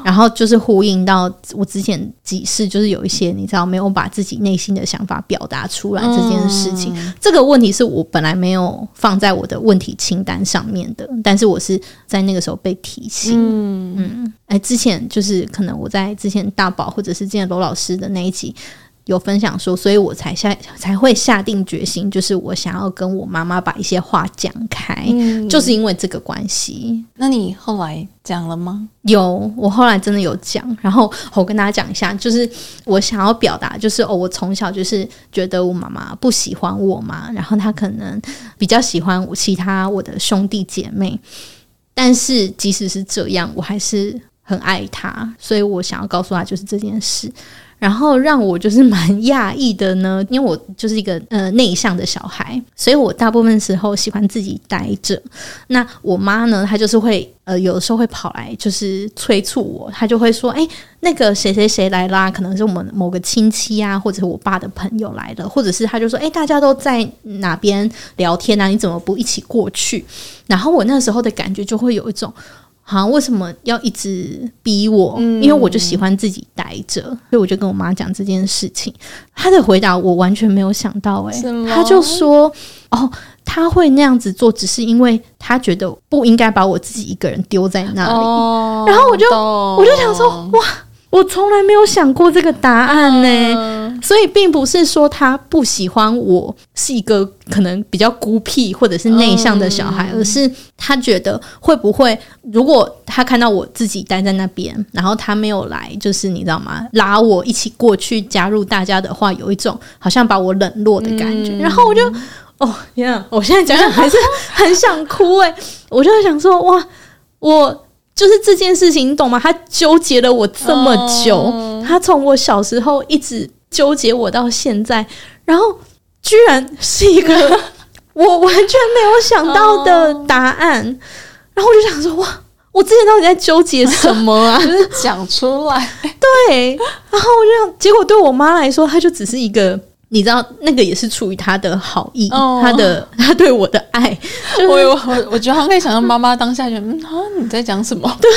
B: 然后就是呼应到我之前几次，就是有一些你知道没有把自己内心的想法表达出来这件事情，
A: 嗯
B: 这个问题是我本来没有放在我的问题清单上面的，但是我是在那个时候被提醒。
A: 嗯
B: 哎，之前就是可能我在之前大宝或者是之前罗老师的那一集有分享说，所以我才下才会下定决心，就是我想要跟我妈妈把一些话讲开，
A: 嗯，
B: 就是因为这个关系。
A: 那你后来讲了吗？
B: 有，我后来真的有讲，然后我跟大家讲一下，就是我想要表达，就是哦，我从小就是觉得我妈妈不喜欢我嘛，然后她可能比较喜欢我其他我的兄弟姐妹，但是即使是这样，我还是很爱她，所以我想要告诉她就是这件事。然后让我就是蛮讶异的呢， 因为我就是一个呃内向的小孩，所以我大部分时候喜欢自己待着。那我妈呢，她就是会呃有的时候会跑来就是催促我，她就会说：“哎、那个谁谁谁来啦，可能是我们某个亲戚啊，或者是我爸的朋友来了，或者是她就说：‘哎、大家都在哪边聊天啊？你怎么不一起过去？’然后我那时候的感觉就会有一种。好像为什么要一直逼我？因为我就喜欢自己待着，所以我就跟我妈讲这件事情。她的回答我完全没有想到、欸，
A: 什么
B: 她就说：“哦，她会那样子做，只是因为她觉得不应该把我自己一个人丢在那里。
A: 哦
B: 然后我就
A: 懂
B: 我就想说，哇，我从来没有想过这个答案呢、
A: 嗯
B: 所以并不是说他不喜欢我是一个可能比较孤僻或者是内向的小
A: 嗯
B: 孩，而是他觉得会不会如果他看到我自己待在那边，然后他没有来，就是你知道吗？拉我一起过去加入大家的话，有一种好像把我冷落的感觉。然后我就。哦天啊！我现在讲讲还是很想哭哎、我就想说哇，我就是这件事情，你懂吗？他纠结了我这么久，
A: 哦
B: 他从我小时候一直纠结我到现在，然后居然是 一个我完全没有想到的
A: 哦
B: 答案，然后我就想说哇，我之前到底在纠结什么啊？
A: 就是讲出来，
B: 对，然后我就想，结果对我妈来说，她就只是一个。你知道那个也是出于她的好意，
A: 哦
B: 她的 她对我的爱，就是
A: 我我我我觉得好像可以想象妈妈当下觉得，嗯，啊，你在讲什么？对，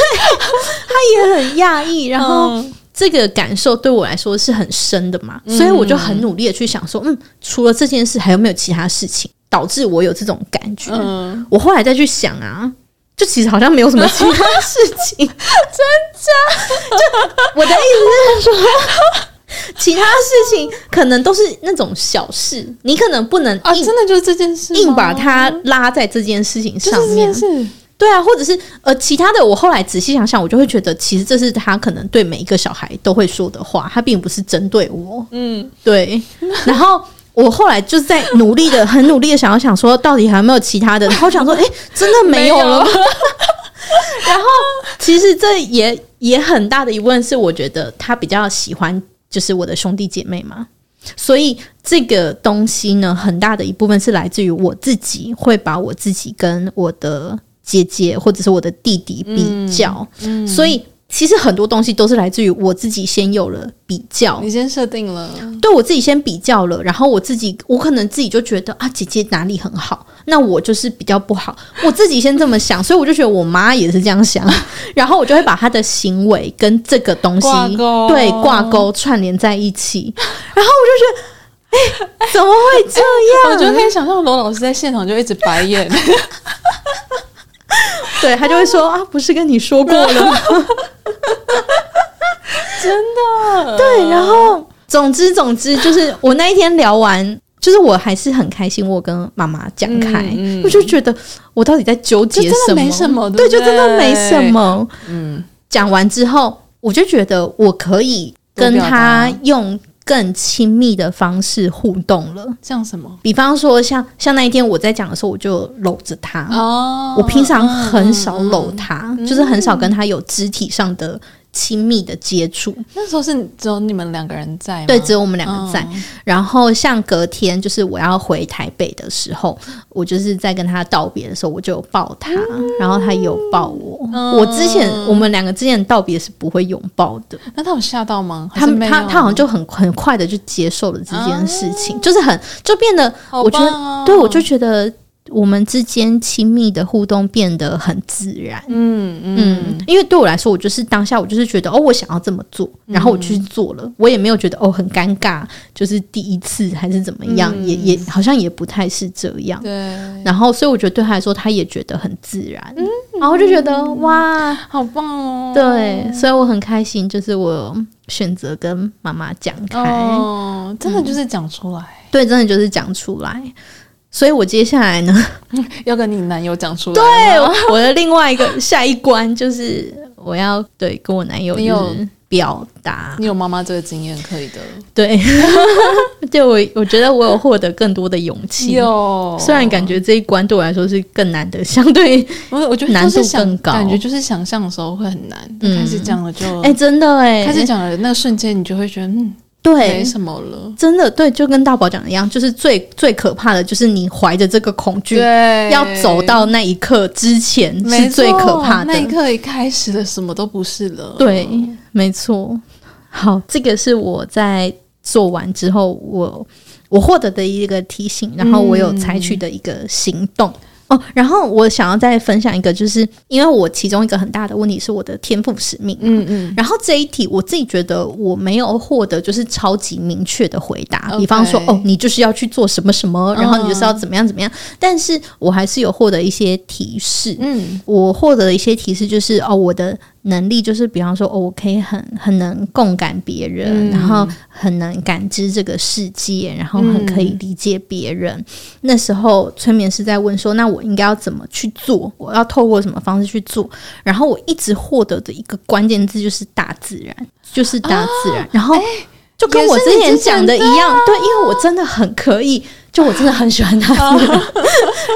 B: 她也很讶异，
A: 嗯
B: 然后这个感受对我来说是很深的嘛，
A: 嗯
B: 所以我就很努力的去想说，嗯，除了这件事，还有没有其他事情导致我有这种感觉？
A: 嗯，
B: 我后来再去想啊，就其实好像没有什么其他事 情，真的。就我的意思是说。其他事情可能都是那种小事，你可能不能
A: 啊，
B: 硬、
A: 真的就是这件事吗，
B: 硬把它拉在这件事情
A: 就
B: 上
A: 是这
B: 面
A: 件。事，
B: 对啊，或者是呃，其他的，我后来仔细想想，我就会觉得，其实这是他可能对每一个小孩都会说的话，他并不是针对我。
A: 嗯，
B: 对，然后我后来就是在努力的、很努力的想要想说，到底还有没有其他的？然后想说，哎、真的没有了吗？ 然后其实这也也很大的疑问是，我觉得他比较喜欢就是我的兄弟姐妹嘛。所以这个东西呢，很大的一部分是来自于我自己，会把我自己跟我的姐姐或者是我的弟弟比较，所以其实很多东西都是来自于我自己先有了比较，
A: 你先设定了，
B: 对我自己先比较了，然后我自己，我可能自己就觉得啊，姐姐哪里很好，那我就是比较不好，我自己先这么想，所以我就觉得我妈也是这样想， 然后我就会把她的行为跟这个东西
A: 挂钩
B: 对挂钩串联在一起，然后我就觉得，哎、怎么会这
A: 我
B: 样？
A: 觉得可以想象罗老师在现场就一直白眼，
B: 对她就会说啊，不是跟你说过了 吗？
A: 真的，
B: 对，然后总之总之就是我那一天聊完。就是我还是很开心，我跟妈妈讲开，
A: 嗯嗯
B: 我就觉得我到底在纠
A: 就
B: 结
A: 真
B: 什么？
A: 的没什么，
B: 对，
A: 哦不
B: 就真的没什。么。
A: 嗯，
B: 讲完之后，我就觉得我可以
A: 多
B: 跟
A: 表达
B: 他用更亲密的方式互动了。
A: 像什么？
B: 比方说像，像那一天我在讲的时候，我就搂着他。
A: 哦，
B: 我平常
A: 嗯
B: 很少搂。
A: 嗯嗯
B: 他，就是很少跟他有肢体上的亲密的接触。
A: 那时候是只有你们两个人在吗，哦
B: 对，只有我们两个在。然后像隔天，就是我要回台北的时候，我就是在跟他道别的时候，我就有抱他，然后他也有抱我。
A: 嗯
B: 我之前我们两个之前道别是不会拥抱的，
A: 那他有吓到吗？还
B: 他
A: 是没有
B: 他他好像就很很快的就接受了这件事情，就是很就变得，
A: 嗯好
B: 我觉得、
A: 棒哦
B: 对我就觉得我们之间亲密的互动变得很自然。
A: 嗯嗯
B: 嗯，因为对我来说，我就是当下我就是觉得哦，我想要这么做，
A: 嗯
B: 然后我去做了，我也没有觉得哦很尴尬，就是第一次还是怎么样，也也好像也不太是这样。
A: 嗯对，
B: 然后，所以我觉得对他来说，他也觉得很自然，
A: 嗯
B: 然后就觉得哇，
A: 好棒哦，
B: 啊对，所以我很开心，就是我选择跟妈妈讲开，
A: 哦，真
B: 嗯
A: 的就是讲出来，
B: 对，真的就是讲出来。所以我接下来呢，
A: 要跟你男友讲出来，
B: 对我的另外一个下一关就是我要对跟我男友
A: 你有
B: 就是表达。
A: 你有妈妈这个经验，可以的。
B: 对， 对我我觉得我有获得更多的勇气。
A: 有
B: 虽然感觉这一关对我来说是更难的，相对
A: 我我觉得
B: 难
A: 就是
B: 度
A: 想
B: 更高
A: 感觉就是想象的时候会很难，
B: 嗯
A: 开始讲了就
B: 哎、真的哎、
A: 哦开始讲了那个瞬间，你就会觉得嗯没
B: 对，
A: 什么了，
B: 真的对，就跟大宝讲的一样，就是最最可怕的就是你怀着这个恐惧
A: 对
B: 要走到那一刻之前
A: 没
B: 是最
A: 错
B: 可怕的。
A: 那一刻一开始的什么都不是了，
B: 对，没错。好，这个是我在做完之后，我我获得的一个提醒，然后我
A: 嗯
B: 有采取的一个行动。哦，然后我想要再分享一个，就是因为我其中一个很大的问题是我的天赋使命，
A: 嗯嗯，
B: 然后这一题我自己觉得我没有获得就是超级明确的回答
A: OK
B: 比方说哦，你就是要去做什么什么，
A: 嗯
B: 然后你就是要怎么样怎么样，但是我还是有获得一些提示。
A: 嗯
B: 我获得的一些提示就是哦，我的能力就是，比方说哦，我可以很很能共感别
A: 嗯
B: 人，然后很能感知这个世界，然后很可以理解别人。那时候催眠师在问说，那我应该要怎么去做？我要透过什么方式去做？然后我一直获得的一个关键字就是大自然，就是大自然。然后就跟我之前讲的一啊样，对，因为我真的很可以，就我真的很喜欢大自然。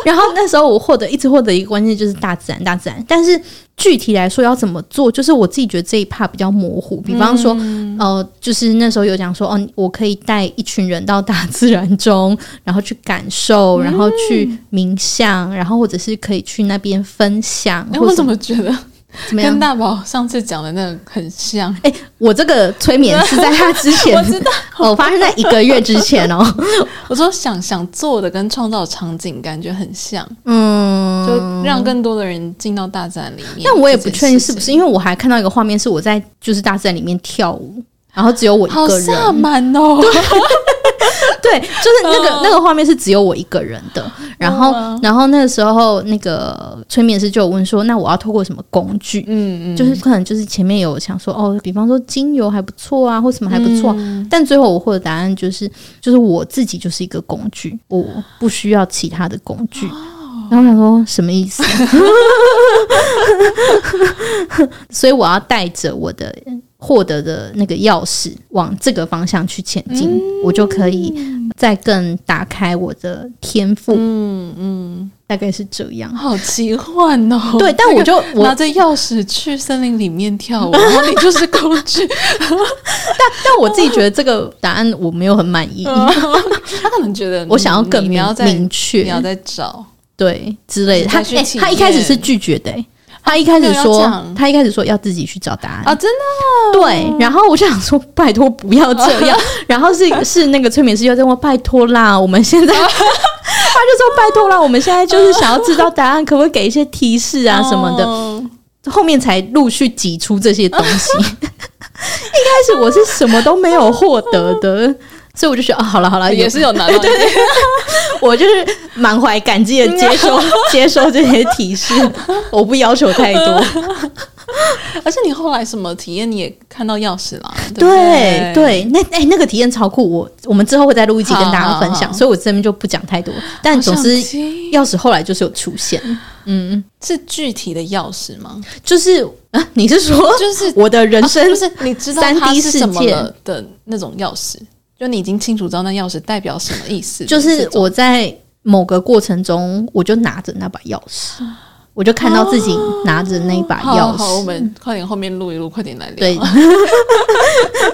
B: 然后那时候我获得一直获得一个关键就是大自然，大自然。但是具体来说要怎么做，就是我自己觉得这一趴比较模糊。比方说，呃，就是那时候有讲说，哦，我可以带一群人到大自然中， 然后去感受，然后去冥想，然后或者是可以去那边分享，
A: 哎，
B: 或
A: 我
B: 者
A: 怎么觉得
B: 怎么样
A: 跟？大宝上次讲的那个很像？
B: 哎、我这个催眠是在他之前，
A: 我知道，
B: 哦，我发生在一个月之前 哦。
A: 我说想想做的跟创造场景感觉很像，
B: 嗯，
A: 就让更多的人进到大自然里面。
B: 但我也不确定是不是，因
A: 为
B: 为我还看到一个画面是我在就是大自然里面跳舞，然后只有我一
A: 好
B: 个
A: 萨
B: 人，
A: 满哦，
B: 对，就是那个、
A: 嗯
B: 那个画面是只有我一个人的。然后，
A: 哇
B: 然后那个时候那个催眠师就有问说，那我要透过什么工具？
A: 嗯嗯，
B: 就是可能就是前面有想说哦，比方说精油还不错啊，或什么还不错啊、
A: 嗯
B: 但最后我获得答案就是，就是我自己就是一个工具，我不需要其他的工具。
A: 哦
B: 然后我想说什么意思？ 所以我要带着我的获得的那个钥匙往这个方向去前进，
A: 嗯
B: 我就可以再更打开我的天赋。嗯嗯，大概是这样。
A: 好奇幻哦。
B: 嗯对，但我就
A: 那个
B: 我
A: 拿着钥匙去森林里面跳 舞，然后你就是工具。
B: 但我自己觉得这个答案我没有很满意，
A: 他可能觉得
B: 我想要
A: 嗯
B: 更
A: 你
B: 明
A: 你要再你
B: 明
A: 要
B: 确，
A: 再找，
B: 对之类的。
A: 再
B: 他
A: 去
B: 哎
A: 体
B: 他一开始
A: 验
B: 是拒绝的、哎他一开始
A: 对要这
B: 说
A: 样
B: 他一开始说要自己去找答案
A: 啊，真的哦
B: 对，然后我就想说，拜托不要这 样。然后是是那个催眠师又在问，拜托啦，我们 现在，他就说拜托啦，我们现在就是想要知道答 案，可不可以给一些提示啊什么的。
A: 哦
B: 后面才陆续挤出这些东西。 一开始我是什么都没有获得的，所以我就觉得啊，好了好 了，
A: 也
B: 有
A: 是有拿 到。对对，
B: 我就是满怀感激的 接
A: 啊
B: 收接收这些提示，我不要求太多。
A: 而且你后来什么体验你也看到钥匙 啦，对不对
B: 对对，那哎、那个体验超酷，我我们之后会再录一集跟大
A: 好
B: 家
A: 好
B: 分享，
A: 好啊
B: 所以我这边就不讲太多。但总之，钥匙后来就是有出现，
A: 是具体的钥匙吗？
B: 就是啊，你是说
A: 就是
B: 我的人生
A: 啊不是你知道它
B: 3D
A: 是什么
B: 世界
A: 了的那种钥匙，就你已经清楚知道那钥匙代表什么意思。
B: 就是
A: 这种
B: 我在某个过程中，我就拿着那把钥匙，我就看到自己拿着那把
A: 啊好
B: 钥匙。
A: 好，我们快点后面录一录，快点来聊。
B: 对，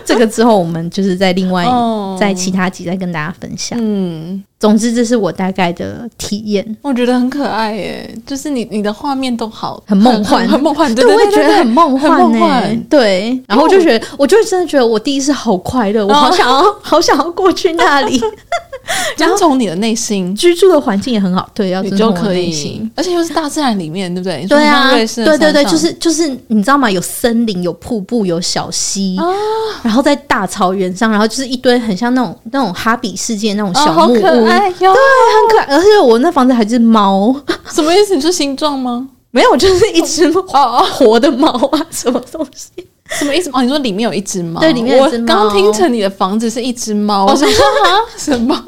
B: 这个之后我们就是在另外、
A: 哦
B: 在其他集再跟大家分享。
A: 嗯，
B: 总之，这是我大概的体验。
A: 我觉得很可爱耶，就是你你的画面都好
B: 很梦幻
A: 很很梦幻，对
B: 我也
A: 对
B: 觉得很梦幻、欸，
A: 很梦幻哦
B: 对，然后我就觉得，我就真的觉得我第一次好快乐，我好想要，好想要过去那 里，
A: 将从你的内心。
B: 居住的环境也很好，对，要
A: 你
B: 遵
A: 就
B: 从我
A: 可
B: 内心。
A: 以，而且又是大自然里面，对不对？
B: 对啊，
A: 你说像瑞士的
B: 对对对，
A: 山上
B: 就是就是，你知道吗？有森林，有瀑布，有小溪，
A: 啊
B: 然后在大草原上，然后就是一堆很像那种那种哈比世界那种
A: 哦，
B: 小
A: 好
B: 木屋，啊
A: 可爱哟！
B: 很可爱。哦而且我那房子还是 猫，
A: 什么意思？你说形状吗？
B: 没有，就是一只
A: 哦哦，
B: 活的猫啊，什么东西？
A: 什么意思？哦，你说里面有一只猫？
B: 对里面有一只
A: 我
B: 猫
A: 刚听成你的房子是一只 猫，我想说啊，什么？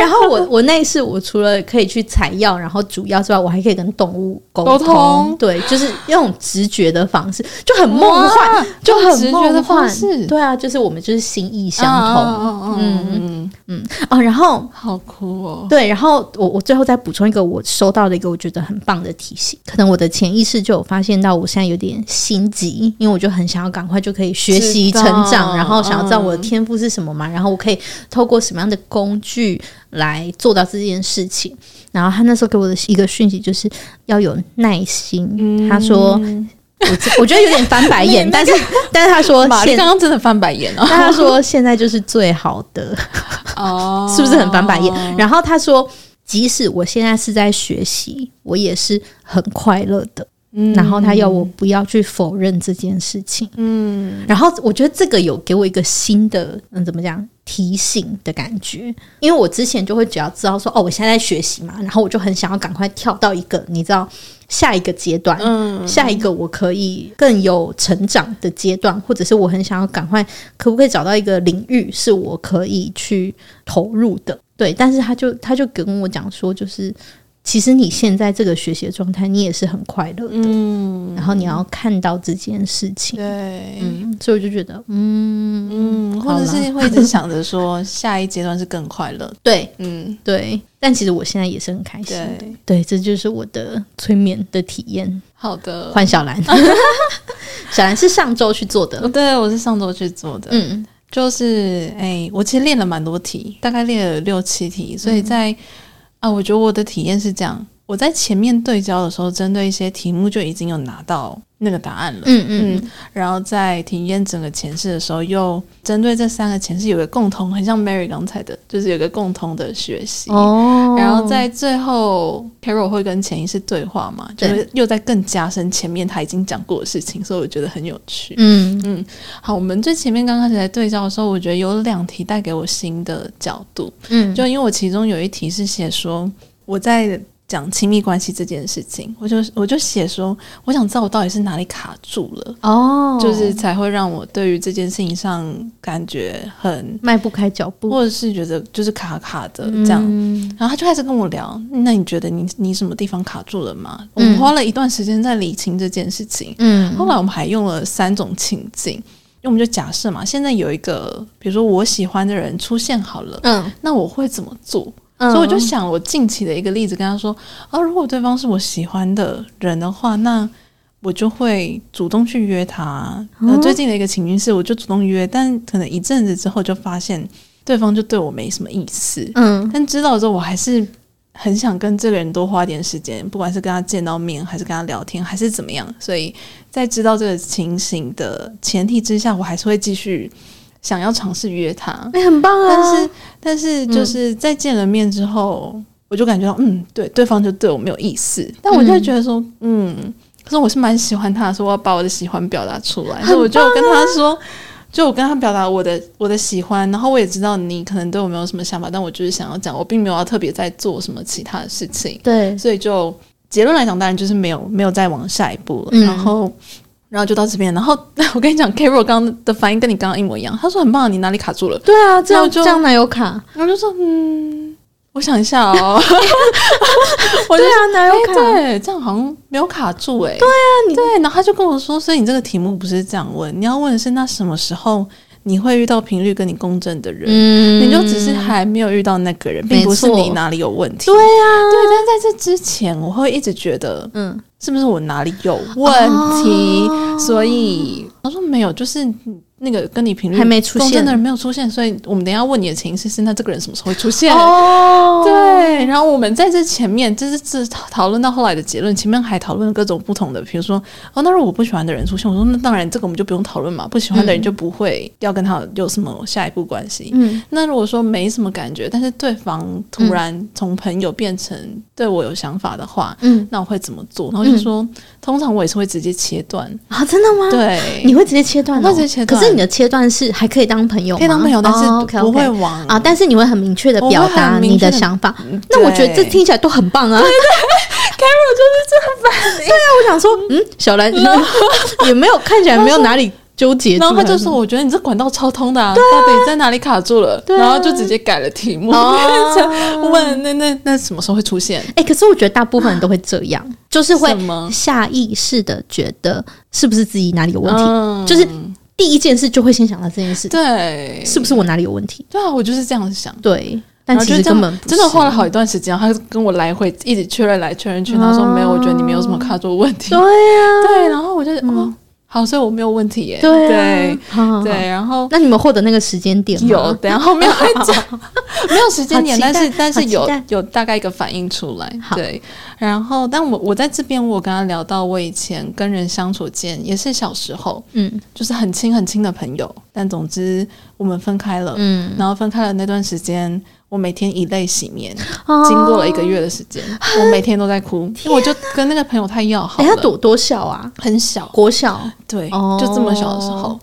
B: 然后我我那一次我除了可以去采药，然后煮药之外，我还可以跟动物沟
A: 沟通
B: 对，就是用直觉的方式，就很梦
A: 哇
B: 幻，就
A: 用
B: 很
A: 直觉
B: 梦
A: 的方
B: 幻
A: 式
B: 对啊，就是我们就是心意相通
A: 嗯嗯嗯，
B: 哦。然后
A: 好酷哦。
B: 对，然后我我最后再补充一个我收到的一个我觉得很棒的提醒，可能我的潜意识就有发现到我现在有点心急，因为我就很想要赶快就可以学习
A: 知道
B: 成长，然后想要知道我
A: 嗯
B: 的天赋是什么嘛，然后我可以透过什么样的工具来做到这件事情。然后他那时候给我的一个讯息就是要有耐心，
A: 嗯
B: 他说。我我觉得有点翻 白眼，但是但是他说
A: 玛丽
B: 现，
A: 刚刚真的翻白眼了，
B: 但他说现在就是最好的，
A: 哦
B: 是不是很翻白眼？然后他说，即使我现在是在学习，我也是很快乐的。
A: 嗯
B: 然后他要我不要去否认这件事情。
A: 嗯，
B: 然后我觉得这个有给我一个新的，嗯，怎么讲提醒的感觉？因为我之前就会只要知道说，哦，我现在在学习嘛，然后我就很想要赶快跳到一个，你知道下一个阶段，
A: 嗯
B: 下一个我可以更有成长的阶段，或者是我很想要赶快，可不可以找到一个领域是我可以去投入的？对，但是他就他就跟我讲说，就是其实你现在这个学习的状态，你也是很快乐的，
A: 嗯，
B: 然后你要看到这件事情，
A: 对，
B: 嗯，所以我就觉得，嗯，
A: 嗯，或者是会一直想着说下一阶段是更快乐，
B: 对
A: 嗯，
B: 对，但其实我现在也是很开心的，
A: 对，
B: 对，这就是我的催眠的体验。
A: 好的，
B: 换小 兰，小兰是上周去做的，
A: 对，我是上周去做的，
B: 嗯
A: 就是哎、我其实练了蛮多题，大概练了六七题，所以在、啊，我觉得我的体验是这样，我在前面对焦的时候，针对一些题目就已经有拿到那个答案了。
B: 嗯嗯
A: 嗯，然后在体验整个前世的时候，又针对这三个前世有个共同，很像 Mary 刚才的，就是有个共同的学习。
B: 哦
A: 嗯然后在最后，Carol 会跟潜意识对话嘛，就
B: 对
A: 是又在更加深前面他已经讲过的事情，所以我觉得很有趣。
B: 嗯
A: 好，我们最前面刚开始在对照的时候，我觉得有两题带给我新的角度，
B: 嗯
A: 就因为我其中有一题是写说我在讲亲密关系这件事情，我就我就写说，我想知道我到底是哪里卡住了。
B: 哦，
A: 就是才会让我对于这件事情上感觉很，
B: 迈不开脚步
A: 或者是觉得就是卡卡的这样。
B: 嗯
A: 然后他就开始跟我聊，那你觉得你你什么地方卡住了吗？我们花了一段时间在理清这件事情。
B: 嗯
A: 后来我们还用了三种情境，因为我们就假设嘛，现在有一个，比如说我喜欢的人出现好了，
B: 嗯，
A: 那我会怎么做？
B: 嗯
A: 所以我就想，我近期的一个例子，跟他说，啊，如果对方是我喜欢的人的话，那我就会主动去约
B: 啊
A: 他。那最近的一个情境是，我就主动约，但可能一阵子之后就发现对方就对我没什么意思。
B: 嗯
A: 但知道之后，我还是很想跟这个人多花点时间，不管是跟他见到面，还是跟他聊天，还是怎么样。所以在知道这个情形的前提之下，我还是会继续想要尝试约他。
B: 哎很棒啊，
A: 但是，但是就是在见了面之后，我就感觉到，嗯，对，对方就对我没有意思。但我就会觉得说，嗯，可是我是蛮喜欢他的，说我要把我的喜欢表达出来，所以我就跟他说。就我跟他表达我的我的喜欢，然后我也知道你可能对我没有什么想法，但我就是想要讲，我并没有要特别在做什么其他的事情。
B: 对
A: 所以就结论来讲，当然就是没有没有再往下一步了。
B: 嗯
A: 然后，然后就到这边。然后 我跟你讲，Carol 刚刚的反应跟你刚刚一模一样，他说很棒，啊你哪里卡住了？
B: 对啊，这
A: 那我
B: 样
A: 就
B: 这样哪有卡？
A: 我就说，嗯，我想一下 哦。我就
B: 对啊，哪有
A: 哎、
B: 卡？
A: 对，这样好像没有卡住哎、对啊，
B: 你
A: 对，然后他就跟我说，所以你这个题目不是这样问，你要问的是那什么时候你会遇到频率跟你共振的人，
B: 嗯
A: 你就只是还没有遇到那个人，并不是
B: 没错
A: 你哪里有问题。
B: 对啊，
A: 对，但在这之前，我会一直觉得
B: 嗯，哦
A: 是不是我哪里有问题，所以他说没有，就是那个跟你频率
B: 还没出现
A: 共振的人没有出现，所以我们等一下问你的情绪是那这个人什么时候会出现？
B: 哦，
A: 对，然后我们在这前面，就是这讨论到后来的结论，前面还讨论各种不同的，比如说，哦，那如果我不喜欢的人出现，我说那当然这个我们就不用讨论嘛，不喜欢的人就不会要跟他有什么下一步关系。
B: 嗯，
A: 那如果说没什么感觉，但是对方突然从朋友变成对我有想法的话，
B: 嗯
A: 那我会怎么做？然后就说，通常我也是会直接切断，
B: 啊，真的吗？，
A: 对，
B: 你会直接切断哦，
A: 我会直接切断
B: 可是你的切断是还可以当朋友吗，
A: 可以当朋友，但是
B: 哦，OK，OK
A: 不会往
B: 啊，但是你会很明确的
A: 我会
B: 表
A: 很
B: 达
A: 明
B: 你
A: 确
B: 的
A: 地
B: 想法。
A: 嗯
B: 那我觉得这
A: 对
B: 听起来都很棒啊，
A: Carol 就是这个反应。
B: 我想说，嗯，小兰 也没有看起来没有哪里纠结出
A: 然
B: 来，
A: 后他就说：“我觉得你这管道超通的、啊，到底在哪里卡住了？”
B: 啊
A: 然后就直接改了题目，
B: 哦
A: 变成问那那那什么时候会出现？
B: 哎、可是我觉得大部分人都会这样， 就是会
A: 什么
B: 下意识的觉得是不是自己哪里有问题，
A: 嗯
B: 就是第一件事就会先想到这件事，
A: 对，
B: 是不是我哪里有问题？
A: 对啊，我就是这样想。
B: 对，
A: 然
B: 但
A: 后
B: 其
A: 就
B: 实
A: 这样
B: 根本不
A: 真的
B: 是
A: 花了好一段时间，他跟我来回一直确认来确认去，然后说没有，我觉得你没有什么卡住问题。
B: 对啊呀、
A: 对，然后我就哦，好，所以我没有问题耶。
B: 对
A: 对
B: 啊，好好好
A: 对，然后
B: 那你们获得那个时间点吗
A: 有，等一下后面会 讲，没有时间点，
B: 好期待
A: 但是但
B: 好
A: 是
B: 期
A: 有
B: 待
A: 有大概一个反应出来，
B: 好
A: 对。然后，但我我在这边，我跟他聊到我以前跟人相处间，也是小时候，
B: 嗯
A: 就是很亲很亲的朋友，但总之我们分开了，
B: 嗯，
A: 然后分开了那段时间。我每天以泪洗面，
B: 哦啊
A: 经过了一个。月的时间，我每天都在哭，因为我就跟那个朋友太要好
B: 哎、他
A: 了，
B: 多多小啊？
A: 很小，
B: 国小
A: 对，
B: 哦
A: 就这么小的时候，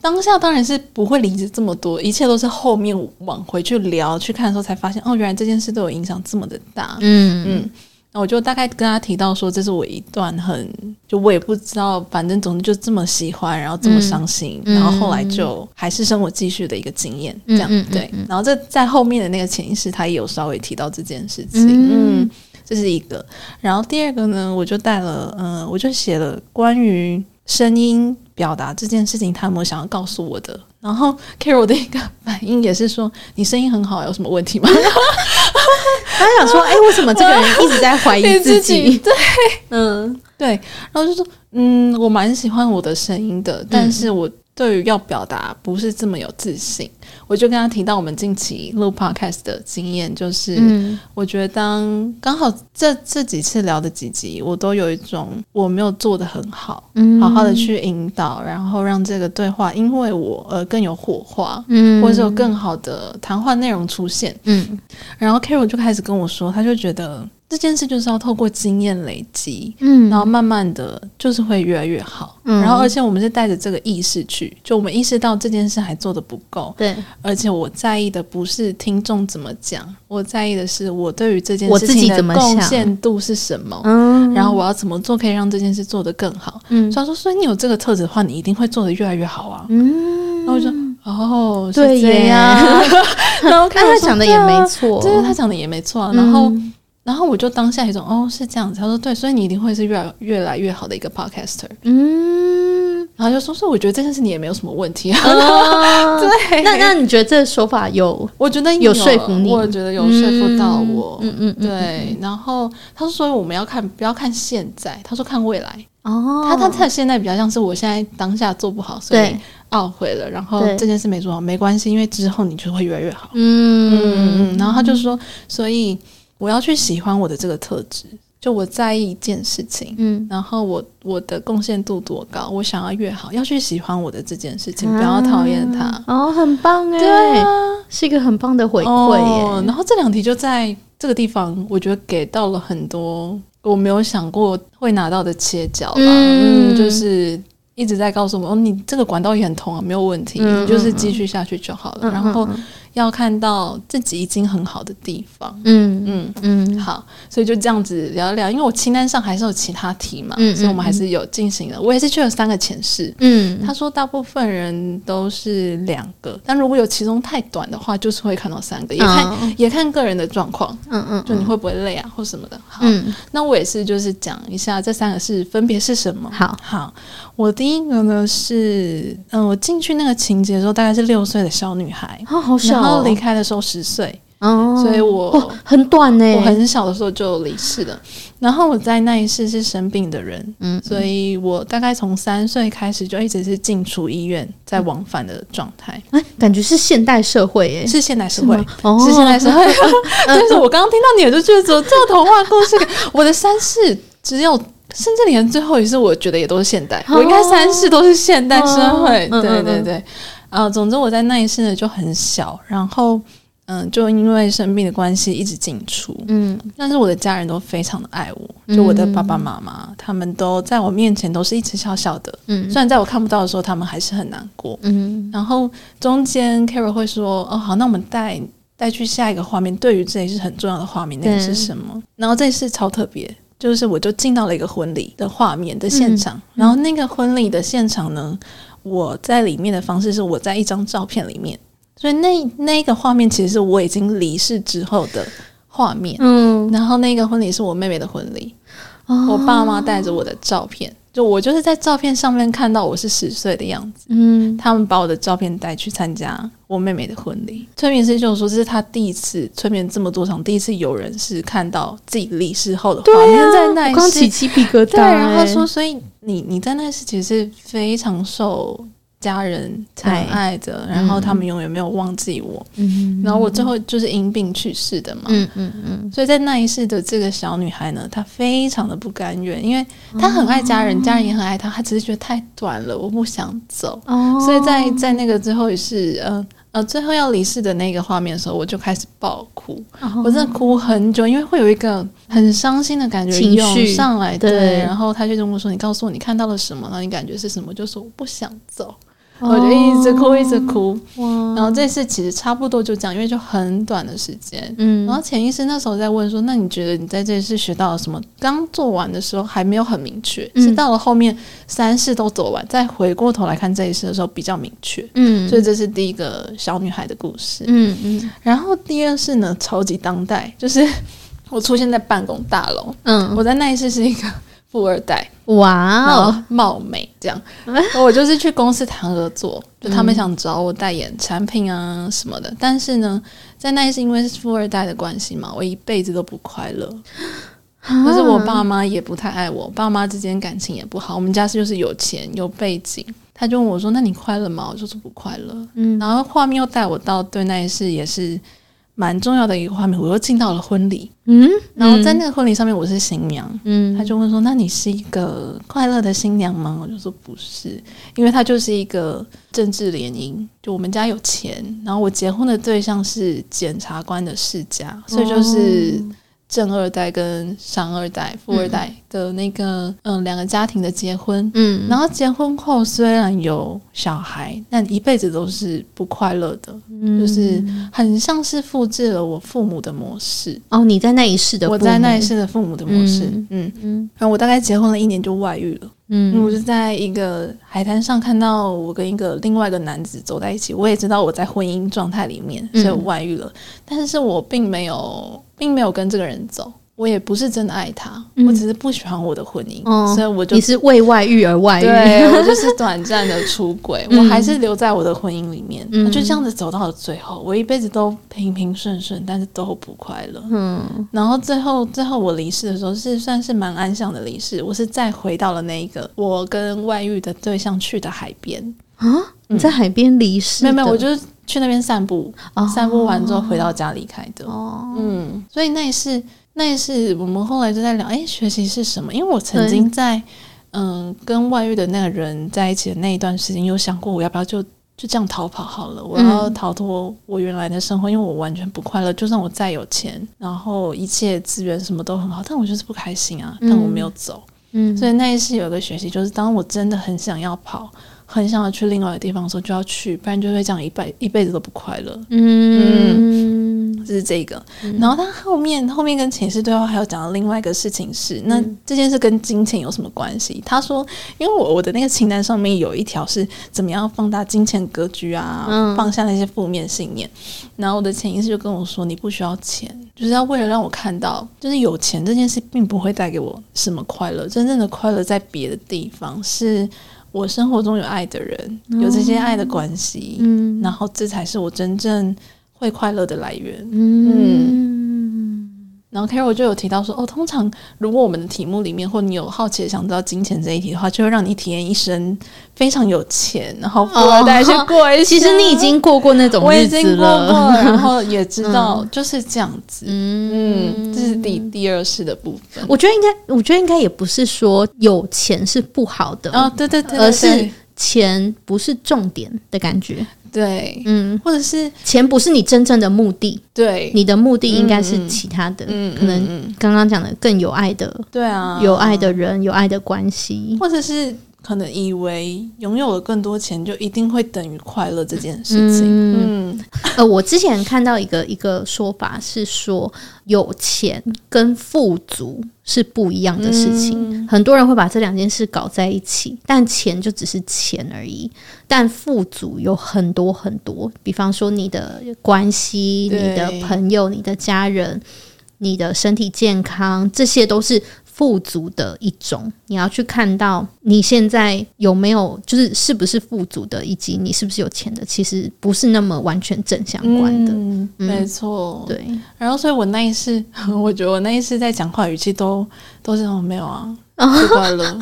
A: 当下当然是不会理解这么多，一切都是后面往回去聊、去看的时候才发现，哦，原来这件事对我影响这么的大。
B: 嗯
A: 嗯，那我就大概跟他提到说，这是我一段很，就我也不知道，反正总之就这么喜欢，然后这么伤心，
B: 嗯
A: 然后后来就还是生活继续的一个经验，
B: 嗯
A: 这样、
B: 嗯嗯
A: 对。然后这在后面的那个潜意识，他也有稍微提到这件事情，
B: 嗯
A: 嗯。这是一个，然后第二个呢，我就带了，嗯、我就写了关于声音表达这件事情，他有没有想要告诉我的？然后 Carol 的一个反应也是说，你声音很好，有什么问题吗？
B: 他想说，哎、为什么这 个人一直在怀疑
A: 你
B: 自
A: 己
B: 己？ 嗯
A: 对，然后就说，嗯，我蛮喜欢我的声音的，
B: 嗯
A: 但是我对于要表达不是这么有自信。我就跟他提到我们近期录 podcast 的经验，就是、
B: 嗯
A: 我觉得当刚好这这几次聊的几集，我都有一种我没有做的很好，
B: 嗯
A: 好好的去引导，然后让这个对话因为我而更有火花。
B: 嗯
A: 或者是有更好的谈话内容出现，
B: 嗯
A: 然后 Carol 就开始跟我说，他就觉得这件事就是要透过经验累积，
B: 嗯
A: 然后慢慢的就是会越来越好。
B: 嗯
A: 然后而且我们是带着这个意识去，就我们意识到这件事还做的不够，
B: 对
A: 而且我在意的不是听众怎么讲，我在意的是我对于这件
B: 我
A: 事
B: 自己
A: 情的
B: 怎么想
A: 贡献度是什么。
B: 嗯
A: 然后我要怎么做可以让这件事做得更好？
B: 嗯
A: 所以他说，所以你有这个特质的话，你一定会做得越来越好啊。
B: 嗯
A: 然后我就哦，是
B: 对耶
A: 这样。 然后看
B: 那他讲的哦嗯也没 错，
A: 对啊，他讲的也没错啊。然后然后我就当下一种哦是这样子，他说对，所以你一定会是越来越来越好的一个 podcaster。
B: 嗯，
A: 然后就说，所以我觉得这件事你也没有什么问题啊。
B: 对。
A: 对，
B: 嗯 那那你觉得这个说法有
A: 我觉得
B: 有说服你
A: 我觉得有说服到我。
B: 嗯嗯嗯
A: 对，然后他说，所以我们要看，不要看现在，他说看未来。
B: 哦，
A: 他他他的现在比较像是我现在当下做不好，所以
B: 对
A: 懊悔了，然后
B: 对
A: 这件事没做好，没关系，因为之后你就会越来越好。
B: 嗯
A: 嗯，然后他就说，所以我要去喜欢我的这个特质，就我在意一件事情，
B: 嗯
A: 然后我我的贡献度多高，我想要越好，要去喜欢我的这件事情，不要讨厌它。
B: 哦，很棒
A: 对
B: 哎，
A: 啊，
B: 是一个很棒的回
A: 哦
B: 馈耶。
A: 然后这两题就在这个地方，我觉得给到了很多我没有想过会拿到的切角吧。
B: 嗯
A: 嗯就是。一直在告诉我们，哦，你这个管道也很通啊，没有问题，
B: 嗯
A: 你就是继续下去就好了。
B: 嗯
A: 然后要看到自己已经很好的地方，
B: 嗯
A: 嗯，
B: 嗯
A: 好，所以就这样子聊一聊，因为我清单上还是有其他题嘛，
B: 嗯
A: 所以我们还是有进行的。我也是去了三个前世，
B: 嗯，
A: 他说大部分人都是两个，但如果有其中太短的话，就是会看到三个，也看、
B: 嗯
A: 也看个人的状况，
B: 嗯嗯
A: 就你会不会累啊或什么的。好，
B: 嗯
A: 那我也是就是讲一下这三个是分别是什么。
B: 好
A: 好，我第一个呢是，嗯，我进去那个情节的时候大概是六岁的小女孩，
B: 哦，好
A: 然
B: 小
A: 后
B: 哦
A: 离开的时候十岁，
B: 哦，
A: 所以我
B: 哇很短呢，
A: 我很小的时候就离世了，然后我在那一世是生病的人，
B: 嗯
A: 所以我大概从三岁开始就一直是进出医院，在往返的状态，
B: 哎，感觉是现代社会耶，
A: 是现代社会
B: 吗，？哦，嗯
A: 是现代社 会。但是我刚刚听到你，我就觉得说这个童话故事，我的三世只有，甚至连最后一世，我觉得也都是现代，
B: 哦
A: 我应该三世都是现代社会。
B: 哦嗯
A: 对
B: 嗯
A: 对对，啊、总之我在那一世呢就很小，然后。嗯，就因为生病的关系，一直进出。
B: 嗯
A: 但是我的家人都非常的爱我，就我的爸爸妈妈，他们都在我面前都是一直笑笑的。
B: 嗯
A: 虽然在我看不到的时候，他们还是很难过。
B: 嗯
A: 然后中间 Carol 会说：“哦，好，那我们带带去下一个画面。对于这一世很重要的画面，那个
B: 对
A: 是什么？”然后这一世超特别，就是我就进到了一个婚礼的画面的现场，然后那个婚礼的现场呢，我在里面的方式是我在一张照片里面，所以那那个画面其实是我已经离世之后的画面，
B: 嗯，
A: 然后那个婚礼是我妹妹的婚礼，我
B: 哦，
A: 爸妈带着我的照片，就我就是在照片上面看到我是十岁的样子，
B: 嗯，
A: 他们把我的照片带去参加我妹妹的婚礼。催眠师就说这是他第一次催眠这么多场，第一次有人是看到自己离世后的画面在那
B: 我
A: 一
B: 刚
A: 世
B: 起鸡皮疙瘩、
A: 对，然后
B: 欸
A: 说，所以你你在那时其实是非常受家人疼
B: 爱
A: 爱的，然后他们永远没有忘记我。
B: 嗯
A: 然后我最后就是因病去世的嘛，
B: 嗯嗯嗯，
A: 所以在那一世的这个小女孩呢，她非常的不甘愿，因为她很爱家
B: 哦
A: 人，家人也很爱她，她只是觉得太短了，我不想走。
B: 哦，
A: 所以在在那个之后也是，呃呃，最后要离世的那个画面的时候，我就开始爆哭，
B: 哦
A: 我真的哭很久，因为会有一个很伤心的感觉
B: 情
A: 涌
B: 绪
A: 上来。对，
B: 对
A: 然后他就跟我说：“你告诉我你看到了什么？然后你感觉是什么？”我就说我不想走，
B: 哦
A: 我就一直哭一直哭。
B: 哇，
A: 然后这次其实差不多就这样，因为就很短的时间。
B: 嗯，
A: 然后潜意识那时候在问说：“那你觉得你在这次学到了什么？”刚做完的时候还没有很明确，
B: 嗯
A: 是到了后面三世都走完，再回过头来看这一世的时候比较明确。
B: 嗯，
A: 所以这是第一个小女孩的故事。
B: 嗯嗯
A: 然后第二世呢，超级当代，就是我出现在办公大楼，
B: 嗯，
A: 我在那一世是一个富二代，然
B: 哇
A: 后
B: 哦，嗯
A: 貌美这样，然后我就是去公司谈合作，就他们想找我代言产品啊什么的，但是呢，在那一世因为是富二代的关系嘛，我一辈子都不快乐，就
B: 就是
A: 我爸妈也不太爱我，爸妈之间感情也不好，我们家是就是有钱有背景。他就问我说：“那你快乐吗？”我就说不快乐。
B: 嗯
A: 然后画面又带我到对那一世也是蛮重要的一个画面，我又进到了婚礼。
B: 嗯，
A: 然后在那个婚礼上面，我是新娘。
B: 嗯，
A: 他就问说：“那你是一个快乐的新娘吗？”我就说：“不是，因为他就是一个政治联姻，就我们家有钱，然后我结婚的对象是检察官的世家，所以就是
B: 哦
A: 正二代跟商二代、富二代的那个嗯两个家庭的结婚。
B: 嗯，
A: 然后结婚后虽然有小孩，但一辈子都是不快乐的，
B: 嗯
A: 就是很像是复制了我父母的模式，
B: 哦，你在那一世的父
A: 我
B: 母，
A: 在那一世的父母的模式，
B: 嗯
A: 嗯
B: 嗯，
A: 然后我大概结婚了一年就外遇了。
B: 嗯
A: 我就在一个海滩上看到我跟一个另外一个男子走在一起，我也知道我在婚姻状态里面，所以我外遇了。但是我并没有，并没有跟这个人走，我也不是真的爱他，
B: 嗯
A: 我只是不喜欢我的婚姻，
B: 哦
A: 所以我就
B: 你是为外遇而外遇，啊
A: 对我就是短暂的出轨，
B: 嗯
A: 我还是留在我的婚姻里面，
B: 嗯
A: 就这样子走到了最后，我一辈子都平平顺顺，但是都不快乐。
B: 嗯
A: 然后最后最后我离世的时候是算是蛮安详的离世，我是再回到了那一个我跟外遇的对象去的海边，
B: 啊，你在海边离世
A: 没嗯有
B: 的，
A: 没有，我就是去那边散步，
B: 哦
A: 散步完之后回到家离开的。
B: 哦，
A: 嗯，所以那一世那一世我们后来就在聊，哎，学习是什么？因为我曾经在嗯跟外遇的那个人在一起的那一段时间，有想过我要不要就。就这样逃跑好了，我要
B: 嗯
A: 逃脱我原来的生活，因为我完全不快乐。就算我再有钱，然后一切资源什么都很好，但我就是不开心啊。但我没有走，
B: 嗯，
A: 所以那一次有一个学习，就是当我真的很想要跑，很想要去另外一个地方的时候，就要去，不然就会这样一辈一辈子都不快乐。
B: 嗯
A: 这是这个，然后他后面后面跟前世对话还有讲到另外一个事情
B: 嗯
A: 是，那这件事跟金钱有什么关系？他说，因为我我的那个清单上面有一条是怎么样放大金钱格局啊，
B: 嗯
A: 放下那些负面信念。然后我的潜意识就跟我说，你不需要钱，就是要为了让我看到，就是有钱这件事并不会带给我什么快乐，真正的快乐在别的地方是。我生活中有爱的人，有这些爱的关系，
B: 嗯
A: 然后这才是我真正会快乐的来源。
B: 嗯
A: 然后 Carol 就有提到说，哦，通常如果我们的题目里面，或你有好奇地想知道金钱这一题的话，就会让你体验一生非常有钱，然后富二代去 过一生、
B: 哦其实你已经过过那种
A: 啊我已
B: 日子
A: 经过过
B: 了，
A: 了，然后也知 道就是这样子。
B: 嗯
A: 嗯，这是第第二世的部分。
B: 我觉得应该，我觉得应该也不是说有钱是不好的，
A: 哦，对对对，
B: 而
A: 对
B: 是钱不是重点的感觉。
A: 对，
B: 嗯，
A: 或者是
B: 钱不是你真正的目的，
A: 对，
B: 你的目的应该是其他的，
A: 嗯，
B: 可能
A: 嗯嗯
B: 刚刚讲的更有爱的、
A: 对啊，
B: 有爱的人、有爱的关系。
A: 或者是可能以为拥有了更多钱就一定会等于快乐这件事情。
B: 嗯
A: 嗯，
B: 呃，我之前看到一个一个说法是说，有钱跟富足是不一样的事情。很多人会把这两件事搞在一起，但钱就只是钱而已。但富足有很多很多，比方说你的关系、你
A: 对
B: 的朋友、你的家人、你的身体健康，这些都是。富足的一种，你要去看到你现在有没有，就是是不是富足的，以及你是不是有钱的，其实不是那么完全正相关的。
A: 嗯
B: 嗯
A: 没错。
B: 对，
A: 然后，所以我那一世， 我觉得我那一世在讲话语气都都是那种没有 啊，不快乐，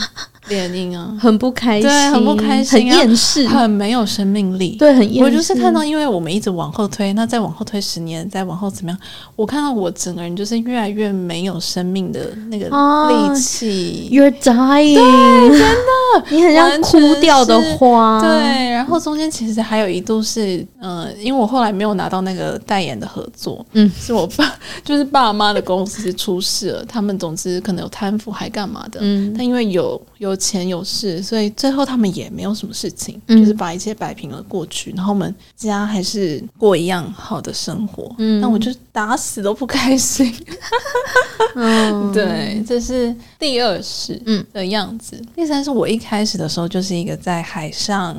A: 脸硬啊，
B: 很不开心，
A: 对很不开心啊
B: 很厌世，
A: 很没有生命力。
B: 对，很厌世。
A: 我就是看到，因为我们一直往后推，那再往后推十年，再往后怎么样？我看到我整个人就是越来越没有生命的那个
B: 哦
A: 力气。
B: You're dying，对，真的，你很像
A: 完全
B: 枯掉的花，
A: 对，然后中间其实还有一度是，呃，因为我后来没有拿到那个代言的合作，
B: 嗯
A: 是我爸，就是爸妈的公司出事了，他们总之可能有贪腐还干嘛的，
B: 嗯
A: 但因为有有钱有势，所以最后他们也没有什么事情，
B: 嗯
A: 就是把一切摆平了过去。然后我们家还是过一样好的生活，
B: 嗯
A: 那我就打死都不开心。
B: 嗯，
A: 对，这是第二世
B: 嗯
A: 的样子。第三是我一开始的时候就是一个在海上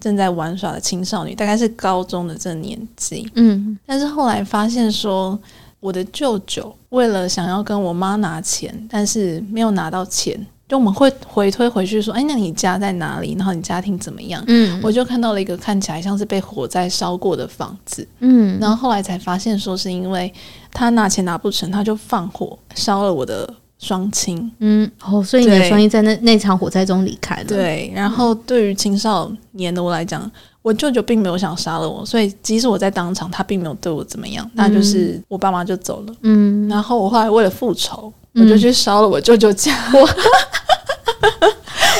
A: 正在玩耍的青少女，大概是高中的这年纪。
B: 嗯
A: 但是后来发现说，我的舅舅为了想要跟我妈拿钱，但是没有拿到钱，就我们会回推回去说，哎，那你家在哪里？然后你家庭怎么样？
B: 嗯，
A: 我就看到了一个看起来像是被火灾烧过的房子，
B: 嗯，
A: 然后后来才发现说是因为他拿钱拿不成，他就放火烧了我的双亲。
B: 嗯，哦，所以你的
A: 对
B: 双翼在那那场火灾中离开了，，
A: 对，然后对于青少年的我来讲，我舅舅并没有想杀了我，所以即使我在当场，他并没有对我怎么样，那就是我爸妈就走了。
B: 嗯，
A: 然后我后来为了复仇，
B: 嗯
A: 我就去烧了我舅舅家。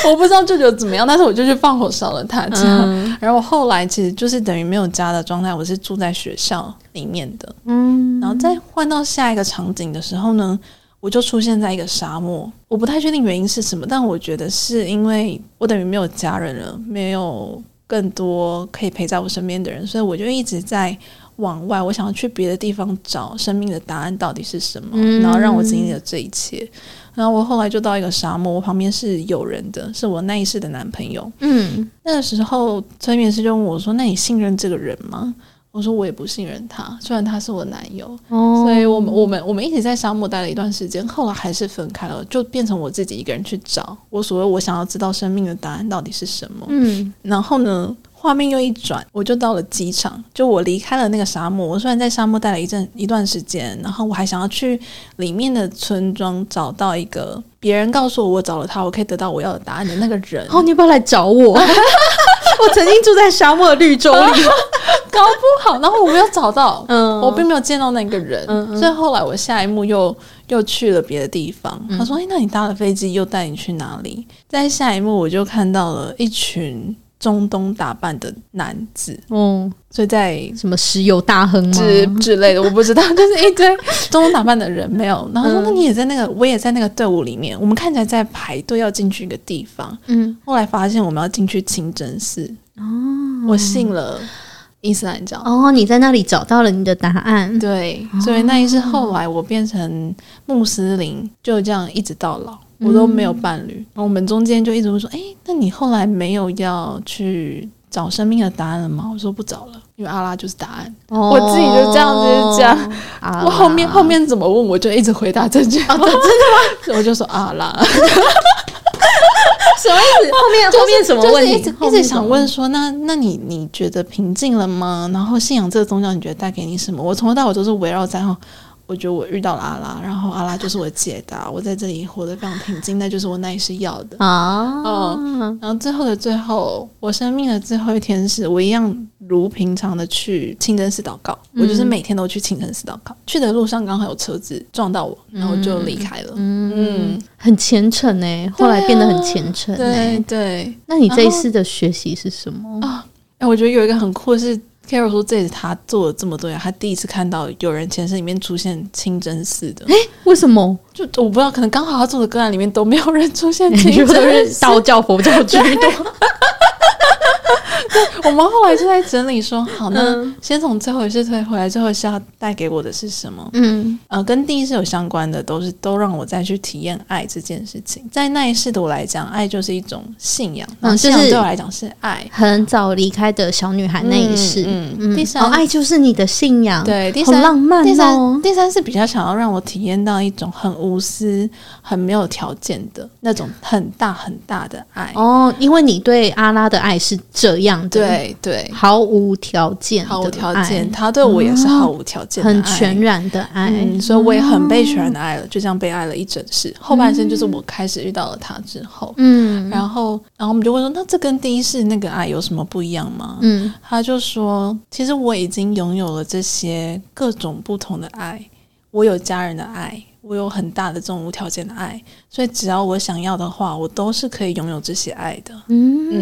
A: 我不知道舅舅怎么样，但是我就去放火烧了他家。
B: 嗯
A: 然后我后来其实就是等于没有家的状态，我是住在学校里面的。
B: 嗯，
A: 然后再换到下一个场景的时候呢，我就出现在一个沙漠。我不太确定原因是什么，但我觉得是因为我等于没有家人了，没有更多可以陪在我身边的人，所以我就一直在往外，我想要去别的地方找生命的答案到底是什么，
B: 嗯
A: 然后让我经历了这一切。然后我后来就到一个沙漠，我旁边是有人的，是我那一世的男朋友。
B: 嗯
A: 那个时候，催眠师就问我说：“那你信任这个人吗？”我说：“我也不信任他，虽然他是我男友。”
B: 哦，
A: 所以我们我们我们一起在沙漠待了一段时间，后来还是分开了，就变成我自己一个人去找我所谓我想要知道生命的答案到底是什么。
B: 嗯
A: 然后呢，画面又一转，我就到了机场，就我离开了那个沙漠。我虽然在沙漠待了一阵一段时间，然后我还想要去里面的村庄找到一个别人告诉我我找了他，我可以得到我要的答案的那个人。
B: 哦，你要不要来找 我？我曾经住在沙漠的绿洲 里，
A: 搞不好，然后我没有找到，
B: 嗯
A: 我并没有见到那个人，
B: 嗯嗯
A: 所以后来我下一幕又又去了别的地方。他说：“哎、那你搭了飞机又带你去哪里？”在下一幕我就看到了一群中东打扮的男子，
B: 哦，
A: 所以在。
B: 什么石油大亨吗？
A: 之之类的，我不知 道，就是一堆中东打扮的人没有。然后说
B: 嗯：“
A: 那你也在那个，我也在那个队伍里面。我们看起来在排队要进去一个地方。
B: 嗯，
A: 后来发现我们要进去清真寺。哦，我信了伊斯兰教。
B: 哦，你在那里找到了你的答案，
A: 对，所以那一次后来我变成穆斯林，就这样一直到老，我都没有伴侣。然后我们中间就一直会说：“哎，那你后来没有要去找生命的答案了吗？”我说：“不找了，因为阿拉就是答案。
B: 哦
A: 我自己就这样子讲
B: 啊
A: 我后面后面怎么问，我就一直回答这句话。哦真的吗？ 我就说啊阿 拉，
B: 什么意思？后面后面什么问
A: 就是一
B: 题
A: 直？一直想问说，那那你你觉得平静了吗？然后信仰这个宗教，你觉得带给你什么？我从头到尾都是围绕在哦，我觉得我遇到了阿拉，然后阿拉就是我的解答，我在这里活得非常平静，那就是我那一世要的。
B: 啊，
A: 哦然后最后的最后，我生命的最后一天是，我一样如平常的去清真寺祷告，我就是每天都去清真寺祷告。去的路上刚好有车子撞到我，然后就离开了。嗯，
B: 很虔诚哎，后来变得很虔诚
A: 对啊
B: 哎。
A: 对。
B: 那你这一次的学习是什么？
A: 哎、我觉得有一个很酷的是， Carol 说这也是他做的这么多年，他第一次看到有人前身里面出现清真寺的，
B: 为什么？
A: 就我不知道，可能刚好他做的个案里面都没有人出现清
B: 就
A: 真
B: 都是
A: 寺。
B: 道教、佛教居 多。
A: 我们后来就在整理说，好，那
B: 嗯
A: 先从最后一次推回来，最后一次要带给我的是什么？
B: 嗯
A: 呃，跟第一世有相关的，都是都让我再去体验爱这件事情。在那一世的我来讲，爱就是一种信仰，那
B: 嗯就是
A: 信仰对我来讲是爱。
B: 很早离开的小女孩那一世，
A: 嗯嗯第三
B: 哦，爱就是你的信仰，，
A: 对，第
B: 好
A: 三
B: 浪漫
A: 第
B: 哦
A: 三，。第三是比较想要让我体验到一种很无私、很没有条件的那种很大很大的爱。
B: 哦，因为你对阿拉的爱是这样的，，
A: 对对，
B: 毫无条件，
A: 毫无条件，，他对我也是毫无条件的爱，
B: 哦很全然的爱，哦
A: 嗯，所以我也很被全然的爱了，就这样被爱了一整世。后半生就是我开始遇到了他之后，
B: 嗯
A: 然后然后我们就问说，那这跟第一世那个爱有什么不一样吗？
B: 嗯
A: 他就说，其实我已经拥有了这些各种不同的爱，我有家人的爱，我有很大的这种无条件的爱，所以只要我想要的话，我都是可以拥有这些爱的。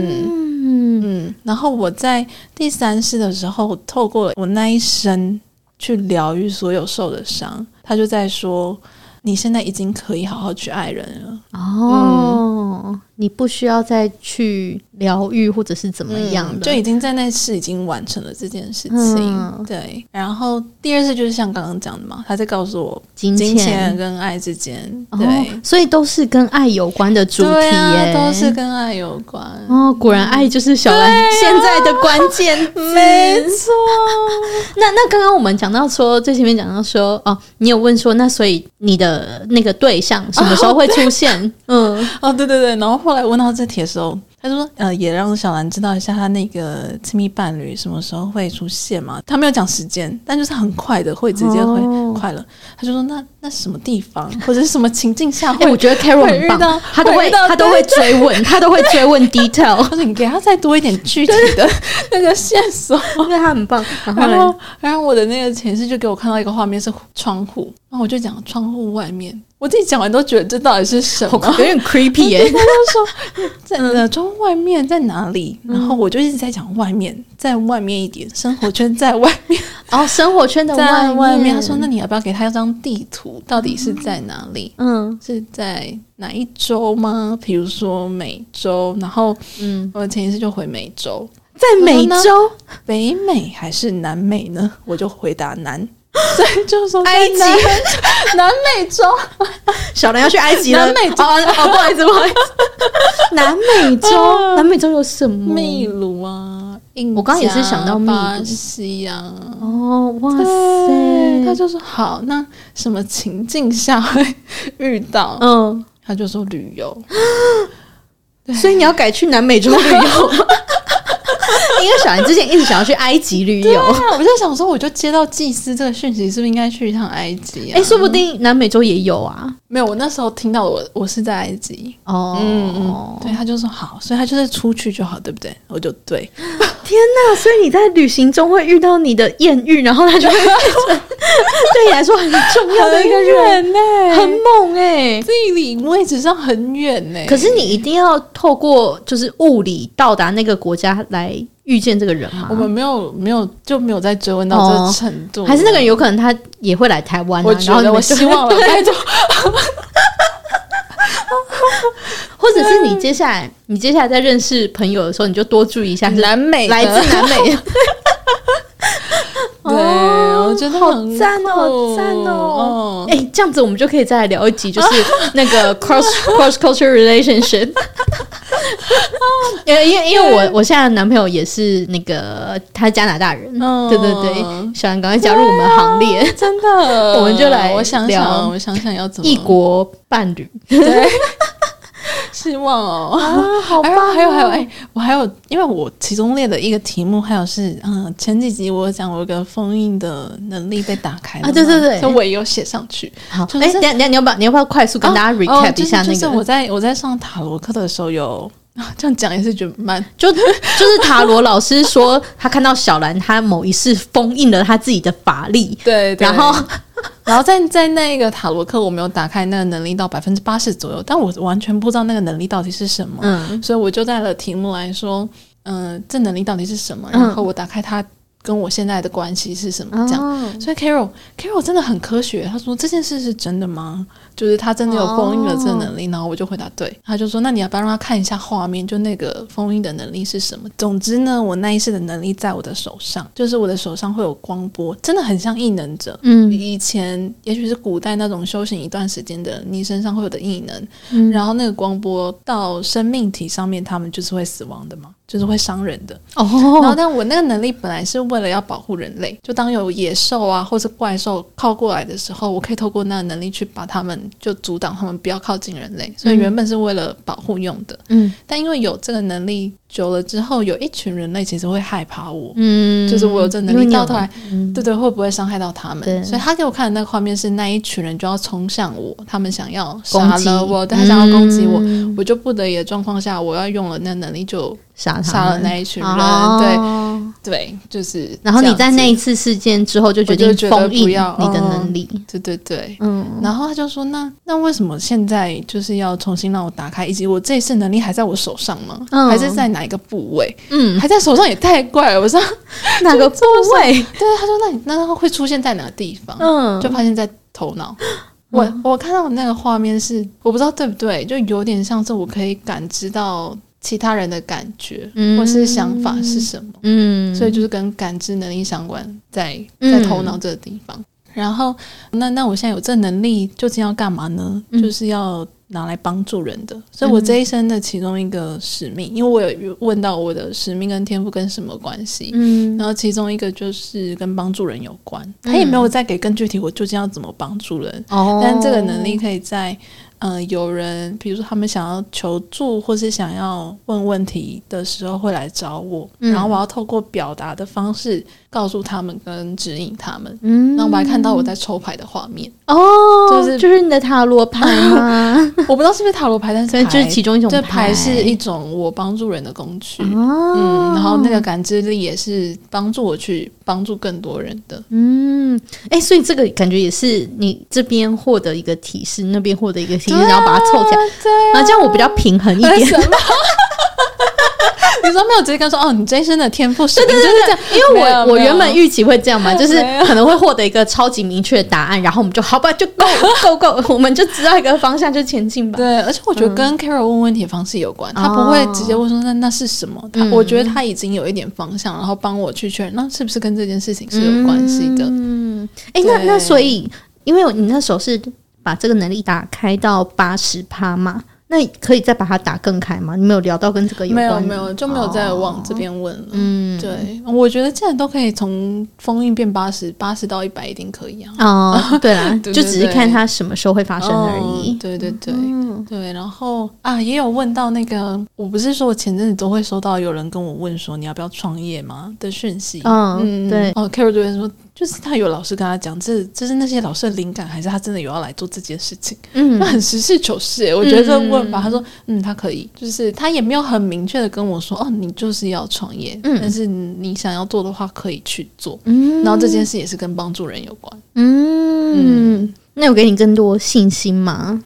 B: 嗯嗯
A: 嗯，然后我在第三世的时候，透过我那一生去疗愈所有受的伤，他就在说，你现在已经可以好好去爱人了。
B: 哦，你不需要再去疗愈或者是怎么样
A: 嗯
B: 了，
A: 就已经在那次已经完成了这件事情。
B: 嗯
A: 对，然后第二次就是像刚刚讲的嘛，他在告诉我
B: 金
A: 金钱
B: 钱。
A: 跟爱之间，
B: 哦
A: 对，，
B: 所以都是跟爱有关的主题
A: 对啊
B: 耶，
A: 都是跟爱有关。
B: 哦，果然爱就是小兰现在的关键 字。
A: 没错，
B: 那那刚刚我们讲到说，最前面讲到说，哦，你有问说，那所以你的那个哦对象什么时候会出现？嗯，
A: 哦，对对对，然后后来问到这题的时候，他就说，呃，也让小兰知道一下她那个亲密伴侣什么时候会出现嘛。他没有讲时间，但就是很快的会直接会
B: 哦
A: 快了。他就说，那那什么地方或者是什么情境下
B: 哎、
A: 会
B: 我觉得 Carol
A: 会
B: 很
A: 遇
B: 棒
A: 到，
B: 他都
A: 会
B: 会
A: 遇到
B: 他都会追问，他都会追 问 detail，
A: 或者你给他再多一点具体的 那个线索。
B: 因为他很棒。然后
A: 然
B: 呢
A: 后，然后我的那个前世就给我看到一个画面是窗户，然后我就讲窗户外面，我自己讲完都觉得这到底是什么？
B: 有点 creepy 耶、
A: 他就说在呃窗户外面在哪里？
B: 嗯
A: 然后我就一直在讲外面，在外面一点，生活圈在外面，
B: 哦，生活圈的
A: 在
B: 外
A: 外面。他说：“那你要不要给他一张地图？到底是在哪里？”
B: 嗯
A: 是在哪一周吗？比如说美洲，然后
B: 嗯，
A: 我前一次就回美洲，
B: 在美
A: 然
B: 洲、
A: 北美还是南美呢？我就回答南， 所以就说在
B: 埃及
A: 南 美南美洲，
B: 小兰要去埃及了，
A: 南美洲
B: 哦哦，哦不好意思，不哦好意思， 南美洲，
A: 啊
B: 南美洲有什么？
A: 秘鲁啊，印
B: 我刚刚也是想到秘鲁
A: 巴西啊。
B: 哦，哇
A: 对，他
B: 塞，
A: 就说好，那什么情境下会遇到？
B: 嗯，
A: 他就说旅游，
B: 所以你要改去南美洲旅游，因为小兰之前一直想要去埃及旅游，
A: 啊，我就想说，我就接到祭司这个讯息，是不是应该去一趟埃及、啊？
B: 哎，说不定南美洲也有啊。
A: 没有，我那时候听到我我是在埃及，
B: 哦，
A: 嗯嗯，对，他就说好，所以他就是出去就好，对不对？我就对，
B: 天哪！所以你在旅行中会遇到你的艳遇，然后他就会变 成对你来说很重要的一个人，
A: 呢、
B: 很猛哎、
A: 地理位置上很远呢、
B: 可是你一定要透过就是物理到达那个国家来遇见这个人吗？
A: 我们没有没有就没有再追问到这程度、
B: 哦还是那个人有可能他也会来台湾、啊，
A: 我
B: 然
A: 觉
B: 后你
A: 得
B: 们
A: 我
B: 就
A: 希 望了，拜托，
B: 或者是你接下来你接下来在认识朋友的时候，你就多注意一下是
A: 南美的
B: 来自南美 的。
A: 对，我觉得
B: 好
A: 很
B: 赞哦，
A: 酷
B: 好赞哦！
A: 嗯
B: 哎、这样子我们就可以再来聊一集，就是那 个 cross cross culture relationship。因为因为因为我我现在的男朋友也是那个他是加拿大人，
A: 嗯
B: 对对对，小兰赶快加入我们行列，
A: 真的，
B: 我们就来
A: 我想
B: 聊
A: 想，我想想要怎么
B: 异国伴侣
A: 对，希望哦。
B: 啊，好
A: 然后还有还有，哎、我还有，因为我其中列的一个题目，还有是，嗯，前几集我有讲我有个封印的能力被打开了
B: 啊对对
A: 嘛
B: 对
A: 所以我也有写上去。
B: 好，
A: 就是
B: 哎、等一下等一下你要不要你要不要快速跟大家
A: 哦
B: recap 一下那
A: 哦就是、就
B: 个？
A: 是我在我在上塔罗课的时候有。 啊这样讲也是觉得蛮
B: 就就是塔罗老师说，他看到小兰她某一世封印了她自己的法力，
A: 对
B: 然后
A: 然后在在那个塔罗课，我没有打开那个能力到百分之八十左右，但我完全不知道那个能力到底是什么，
B: 嗯
A: 所以我就带了题目来说，嗯、这能力到底是什么？
B: 嗯
A: 然后我打开它跟我现在的关系是什么这样。
B: 哦，
A: 所以 Carol Carol 真的很科学，他说这件事是真的吗？就是他真的有
B: 哦
A: 封印的这能力然后我就回答对，他就说那你要不要让他看一下画面，就那个封印的能力是什么？总之呢，我那一世的能力在我的手上，就是我的手上会有光波，真的很像异能者。
B: 嗯
A: 以前也许是古代那种修行一段时间的人，你身上会有的异能，
B: 嗯，
A: 然后那个光波到生命体上面，他们就是会死亡的嘛，就是会伤人的。然后，
B: 哦，
A: 但我那个能力本来是为了要保护人类，就当有野兽啊或者怪兽靠过来的时候，我可以透过那个能力去把他们就阻挡他们不要靠近人类，所以
B: 嗯
A: 原本是为了保护用的。
B: 嗯
A: 但因为有这个能力久了之后，有一群人类其实会害怕我，
B: 嗯，
A: 就是我有这能
B: 因为
A: 力，
B: 你有
A: 到头来，
B: 嗯
A: 对对，会不会伤害到他
B: 对
A: 们？所以他给我看的那个画面是那一群人就要冲向我，他们想要
B: 攻
A: 杀
B: 击
A: 了我，对他想要攻击我，
B: 嗯
A: 我就不得已的状况下，我要用了那能力就
B: 杀他
A: 杀了
B: 们
A: 那一群人，对。
B: 哦
A: 对，就是。
B: 然后你在那一，次事件之后就决
A: 我
B: 定
A: 就觉得
B: 封印
A: 不
B: 你
A: 要嗯
B: 的能力，
A: 对对对。
B: 嗯，
A: 然后他就说：“那那为什么现在就是要重新让我打开？以及我这一次能力还在我手上吗？
B: 嗯
A: 还是在哪一个部位？
B: 嗯，
A: 还在手上也太怪了。”我说
B: 哪个部位？：“
A: 对。”他说：“那你那它会出现在哪个地方？”
B: 嗯，
A: 就发现在头脑。我我看到那个画面是，我不知道对不对，就有点像是我可以感知到其他人的感觉、
B: 嗯
A: 或是想法是什么。
B: 嗯，
A: 所以就是跟感知能力相关，在在头
B: 嗯
A: 脑这个地方。然后，那那我现在有这能力，究竟要干嘛呢？
B: 嗯
A: 就是要拿来帮助人的。所以我这一生的其中一个使命，因为我有问到我的使命跟天赋跟什么关系。
B: 嗯
A: 然后其中一个就是跟帮助人有关，他也没有再给更具体我究竟要怎么帮助人，
B: 哦，
A: 但这个能力可以在呃有人，比如说他们想要求助或是想要问问题的时候会来找我，
B: 嗯
A: 然后我要透过表达的方式告诉他们跟指引他们。
B: 嗯，
A: 然后我还看到我在抽牌的画面，
B: 哦，
A: 就是
B: 就是你的塔罗牌 吗？
A: 我不知道是不是塔罗牌，但
B: 所以
A: 是
B: 就是其中一种
A: 这牌是一种我帮助人的工具。
B: 哦，
A: 嗯，然后那个感知力也是帮助我去帮助更多人的。
B: 嗯，哎，所以这个感觉也是你这边获得一个提示，那边获得一个提示，
A: 对啊
B: 然后把它凑起来，
A: 对啊
B: 然后这样我比较平衡一点。
A: 什么？你说没有直接跟他说哦，你这一生的天赋是，对
B: 对
A: 就是这样，
B: 因为
A: 没有
B: 我我
A: 没有
B: 原本预期会这样嘛，就是
A: 没有
B: 可能会获得一个超级明确的答案，然后我们就好吧，就够够够，我们就知道一个方向就前进吧。
A: 对，而且我觉得跟 Carol 问问题的方式有关，他不会直接问说那那是什么，他、
B: 嗯
A: 我觉得他已经有一点方向，然后帮我去确认，那是不是跟这件事情是有关系的？
B: 嗯，哎、那
A: 对
B: 那所以，因为你那时候是把这个能力打开到八十趴嘛，那可以再把它打更开吗？你没有聊到跟这个
A: 没有
B: 关
A: 没有，就没有再往这边问了。
B: 嗯，
A: 对，我觉得既然都可以从封印变八十，八十到一百一定可以啊，
B: 哦，对啦，
A: 对对
B: 就只是看它什么时候会发生而
A: 哦
B: 已。
A: 对对对。
B: 嗯，
A: 对，然后啊，也有问到那个，我不是说我前阵子都会收到有人跟我问说你要不要创业吗的讯息。
B: 嗯对
A: 哦，Carol 这边说，就是他有老师跟他讲，这这是那些老师的灵感，还是他真的有要来做这件事情？那、
B: 嗯，
A: 很实事求是诶，我觉得这个问法，
B: 嗯
A: 他说，嗯，他可以，就是他也没有很明确的跟我说，哦，你就是要创业，
B: 嗯
A: 但是你想要做的话可以去做。
B: 嗯
A: 然后这件事也是跟帮助人有关。
B: 嗯，那有给你更多信心吗？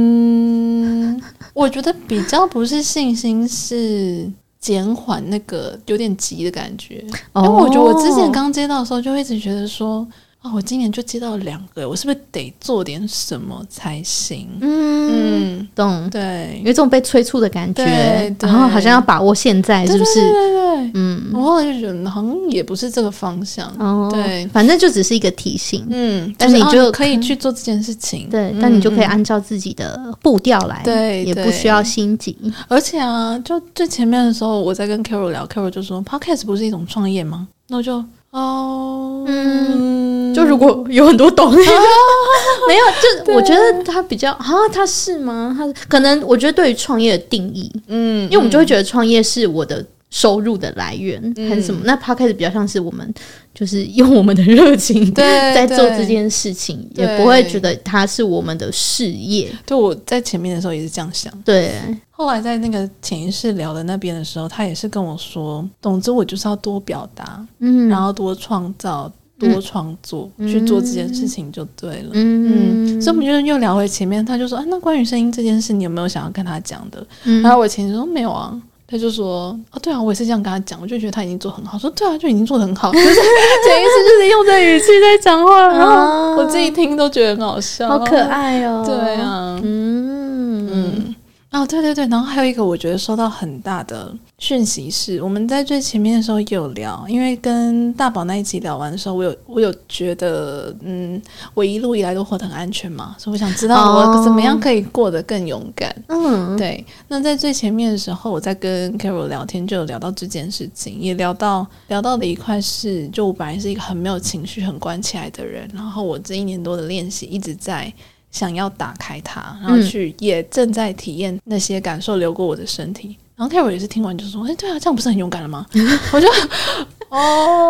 A: 嗯，我觉得比较不是信心，是减缓那个有点急的感觉。
B: 哦
A: 因为我觉得我之前刚接到的时候，就会一直觉得说，啊、我今年就接到两个，我是不是得做点什么才行？
B: 嗯
A: 嗯，
B: 懂，
A: 对，
B: 有一种被催促的感觉
A: 对，对
B: 然后好像要把握现在，是不
A: 对
B: 是？
A: 对对对
B: 嗯，
A: 我后来就觉得好像也不是这个方向。
B: 哦，
A: 对
B: 反正就只是一个提醒，
A: 嗯，
B: 但是
A: 是
B: 你
A: 哦
B: 就
A: 可以去做这件事情，
B: 对
A: 嗯，
B: 但你就可以啊
A: 嗯
B: 按照自己的步调来，
A: 对
B: 也不
A: 对
B: 需要心急。
A: 而且啊，就最前面的时候，我在跟 Carol 聊，Carol 就说 Podcast 不是一种创业吗？那我就哦，嗯，
B: 就如果有很多懂，没啊 有，就我觉得他比较啊，他是吗？他可能我觉得对于创业的定义，
A: 嗯，
B: 因为我们就会觉得创业是我的收入的来源、还是什么，那 p o d c a s 比较像是我们就是用我们的热情
A: 对
B: 在做
A: 对
B: 这件事情，也
A: 对
B: 不会觉得它是我们的事业。
A: 对我在前面的时候也是这样想。
B: 对，
A: 后来在那个潜意识聊的那边的时候，他也是跟我说，总之我就是要多表达，
B: 嗯，
A: 然后多创造，多创作，去做这件事情就对了。
B: 嗯
A: 所以我们就又聊回前面，他就说啊，那关于声音这件事，你有没有想要跟他讲的？
B: 嗯
A: 然后我前妻说没有啊，他就说：“哦，对啊，我也是这样跟他讲，我就觉得他已经做很好。”说：“对啊，就已经做的很好。”就是 潜意识就是用这语气在讲话，然后我自己听都觉得很啊好笑，
B: 好可。爱哦。
A: 对，啊，
B: 嗯
A: 嗯，哦，对对对，然后还有一个我觉得收到很大的讯息是，我们在最前面的时候也有聊，因为跟大宝那一集聊完的时候，我有我有觉得，嗯，我一路以来都活得很安全嘛，所以我想知道
B: 哦
A: 我怎么样可以过得更勇敢。
B: 嗯，
A: 对，那在最前面的时候，我在跟 Carol 聊天，就有聊到这件事情，也聊到聊到的一块是，就我本来是一个很没有情绪、很关起来的人，然后我这一年多的练习一直在想要打开它，然后
B: 嗯
A: 去也正在体验那些感受流过我的身体。然后 Carol 也是听完就说：“哎，对啊，这样不是很勇敢了吗？” 我就哦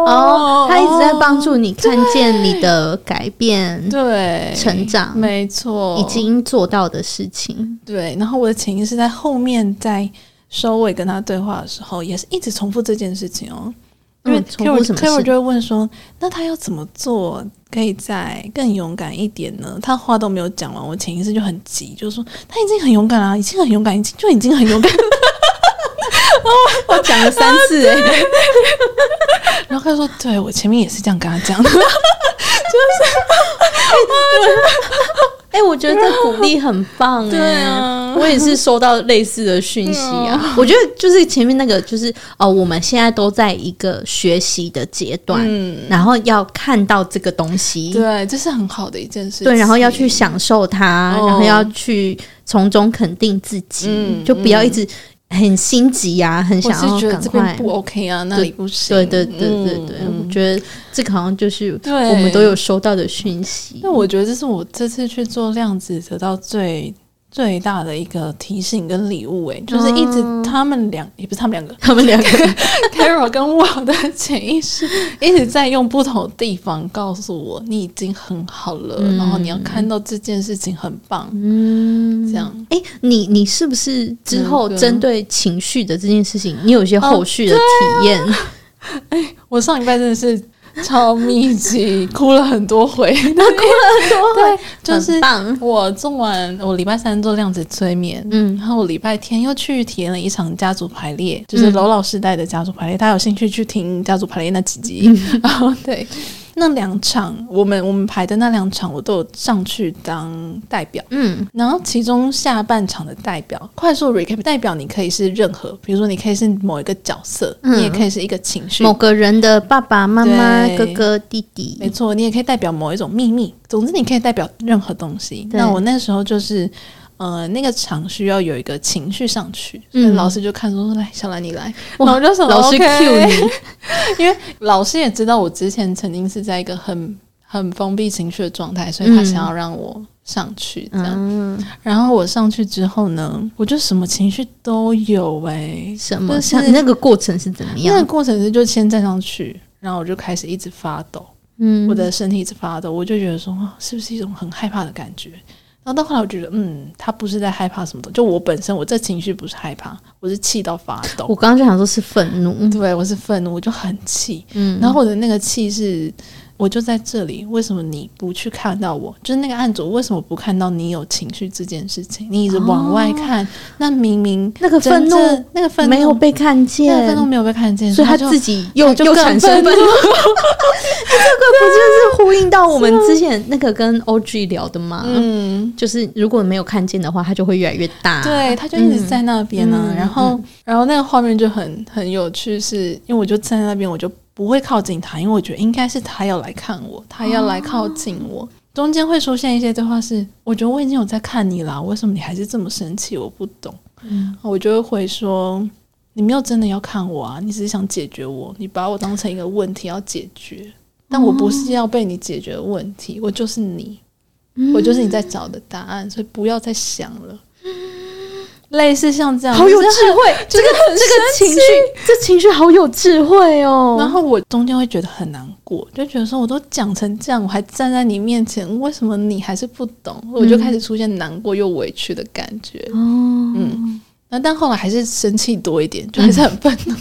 B: 哦，他一直在帮助你看见你的改变、
A: 对
B: 成长，
A: 没错，
B: 已经做到的事情。
A: 对，然后我的潜意识在后面在收尾跟他对话的时候，也是一直重复这件事情哦。因为
B: 嗯重复
A: Carol
B: 什么
A: Carol
B: 事？
A: 就会问说，那他要怎么做可以再更勇敢一点呢？他话都没有讲完，我潜意识就很急，就说他已经很勇敢了、已经很勇敢，已经就已经很勇 敢了。
B: 我讲了三 次、哎，
A: 然后他说，对我前面也是这样跟他讲的。
B: 哎、我觉得这鼓励很棒、哎，
A: 对啊
B: 我也是收到类似的讯息啊。我觉得就是前面那个，就是哦，我们现在都在一个学习的阶段，
A: 嗯，
B: 然后要看到这个东西，
A: 对，这是很好的一件事情。
B: 对，然后要去享受它，
A: 哦
B: 然后要去从中肯定自己，
A: 嗯
B: 就不要一直很心急啊，很
A: 我
B: 想
A: 是
B: 要
A: 觉得
B: 赶
A: 这
B: 快
A: 边。不 OK 啊，那
B: 对
A: 里不行。
B: 对对对对对，
A: 嗯
B: 我觉得这个好像就是
A: 对
B: 我们都有收到的讯息
A: 那。我觉得这是我这次去做量子得到最最大的一个提醒跟礼物、诶，就是一直
B: 嗯
A: 他们两、也不是他们两个
B: 他们两个
A: ，Carol 跟我的潜意识一直在用不同的地方告诉我，你已经很好了，
B: 嗯
A: 然后你要看到这件事情很棒，
B: 嗯，
A: 这样
B: 哎、你你是不是之后
A: 嗯对哦
B: 针对情绪的这件事情，你有一些后续的
A: 啊
B: 体验？
A: 我上礼拜真的是超密集，哭了很多 回，
B: 对，
A: 就是
B: 很棒，
A: 我做完我礼拜三做量子催眠，
B: 嗯
A: 然后我礼拜天又去体验了一场家族排列，就是娄老师带的家族排列，大家有兴趣去听家族排列那几集。
B: 嗯
A: 然后对那两场，我们我们排的那两场，我都有上去当代表。
B: 嗯
A: 然后其中下半场的代表，快速 recap，代表你可以是任何，比如说你可以是某一个角色，
B: 嗯
A: 你也可以是一个情绪
B: 某。个人的爸爸妈妈、
A: 对
B: 哥哥、弟
A: 没
B: 弟，
A: 错，你也可以代表某一种秘密。总之，你可以代表任何东西。
B: 对
A: 那我那时候就是，呃，那个场需要有一个情绪上去，所以
B: 嗯
A: 老师就看说：“来，小兰你来。”然
B: 哇
A: 后我就说：“
B: 老师
A: OK
B: cue 你，
A: 因为老师也知道我之前曾经是在一个很很封闭情绪的状态，所以他
B: 嗯
A: 想要让我上去这样。
B: 嗯，
A: 然后我上去之后呢，我就什么情绪都有诶、
B: 什么？
A: 就是
B: 像那个过程是怎么
A: 那个
B: 样？
A: 过程是就先站上去，然后我就开始一直发抖。
B: 嗯，
A: 我的身体一直发抖，我就觉得说，啊是不是一种很害怕的感觉？然后到后来，我觉得，嗯，他不是在害怕什么的，就我本身我这情绪不是害怕，我是气到发
B: 我
A: 抖。
B: 刚刚就想说是愤怒，
A: 对，我是愤怒，我就很气。
B: 嗯，
A: 然后我的那个气是，我就在这里，为什么你不去看到我？就是那个案主为什么不看到你有情绪这件事情？你一直往外看，哦那明明
B: 那个愤
A: 真
B: 怒
A: 正那个愤怒
B: 没有，被看见
A: 那，个愤怒没有被看见，
B: 所以他
A: 就
B: 自己又
A: 就
B: 又
A: 更
B: 产生
A: 愤啊
B: 愤怒。 这个不就是呼应到我们之前那个跟 OG 聊的吗？
A: 嗯，
B: 就是如果没有看见的话，它就会越来越大。
A: 对，啊他就一直在那边呢、啊
B: 嗯
A: 然后，然后那个画面就很很有趣是，因为我就站在那边，我就不会靠近他，因为我觉得应该是他要来看我，他要来靠近我。中间会出现一些对话是，我觉得我已经有在看你啦，为什么你还是这么生气？我不懂。
B: 嗯
A: 我就会回说，你没有真的要看我啊，你只是想解决我，你把我当成一个问题要解决，但我不是要被你解决的问题，我就是你。
B: 嗯
A: 我就是你在找的答案，所以不要再想了。类似像这样，
B: 好有
A: 就是
B: 智慧，这个这个情绪，这情绪好有智慧哦。
A: 然后我中间会觉得很难过，就觉得说我都讲成这样，我还站在你面前，为什么
B: 嗯
A: 你还是不懂？我就开始出现难过又委屈的感觉。
B: 哦，
A: 嗯那但后来还是生气多一点，就还是很愤怒，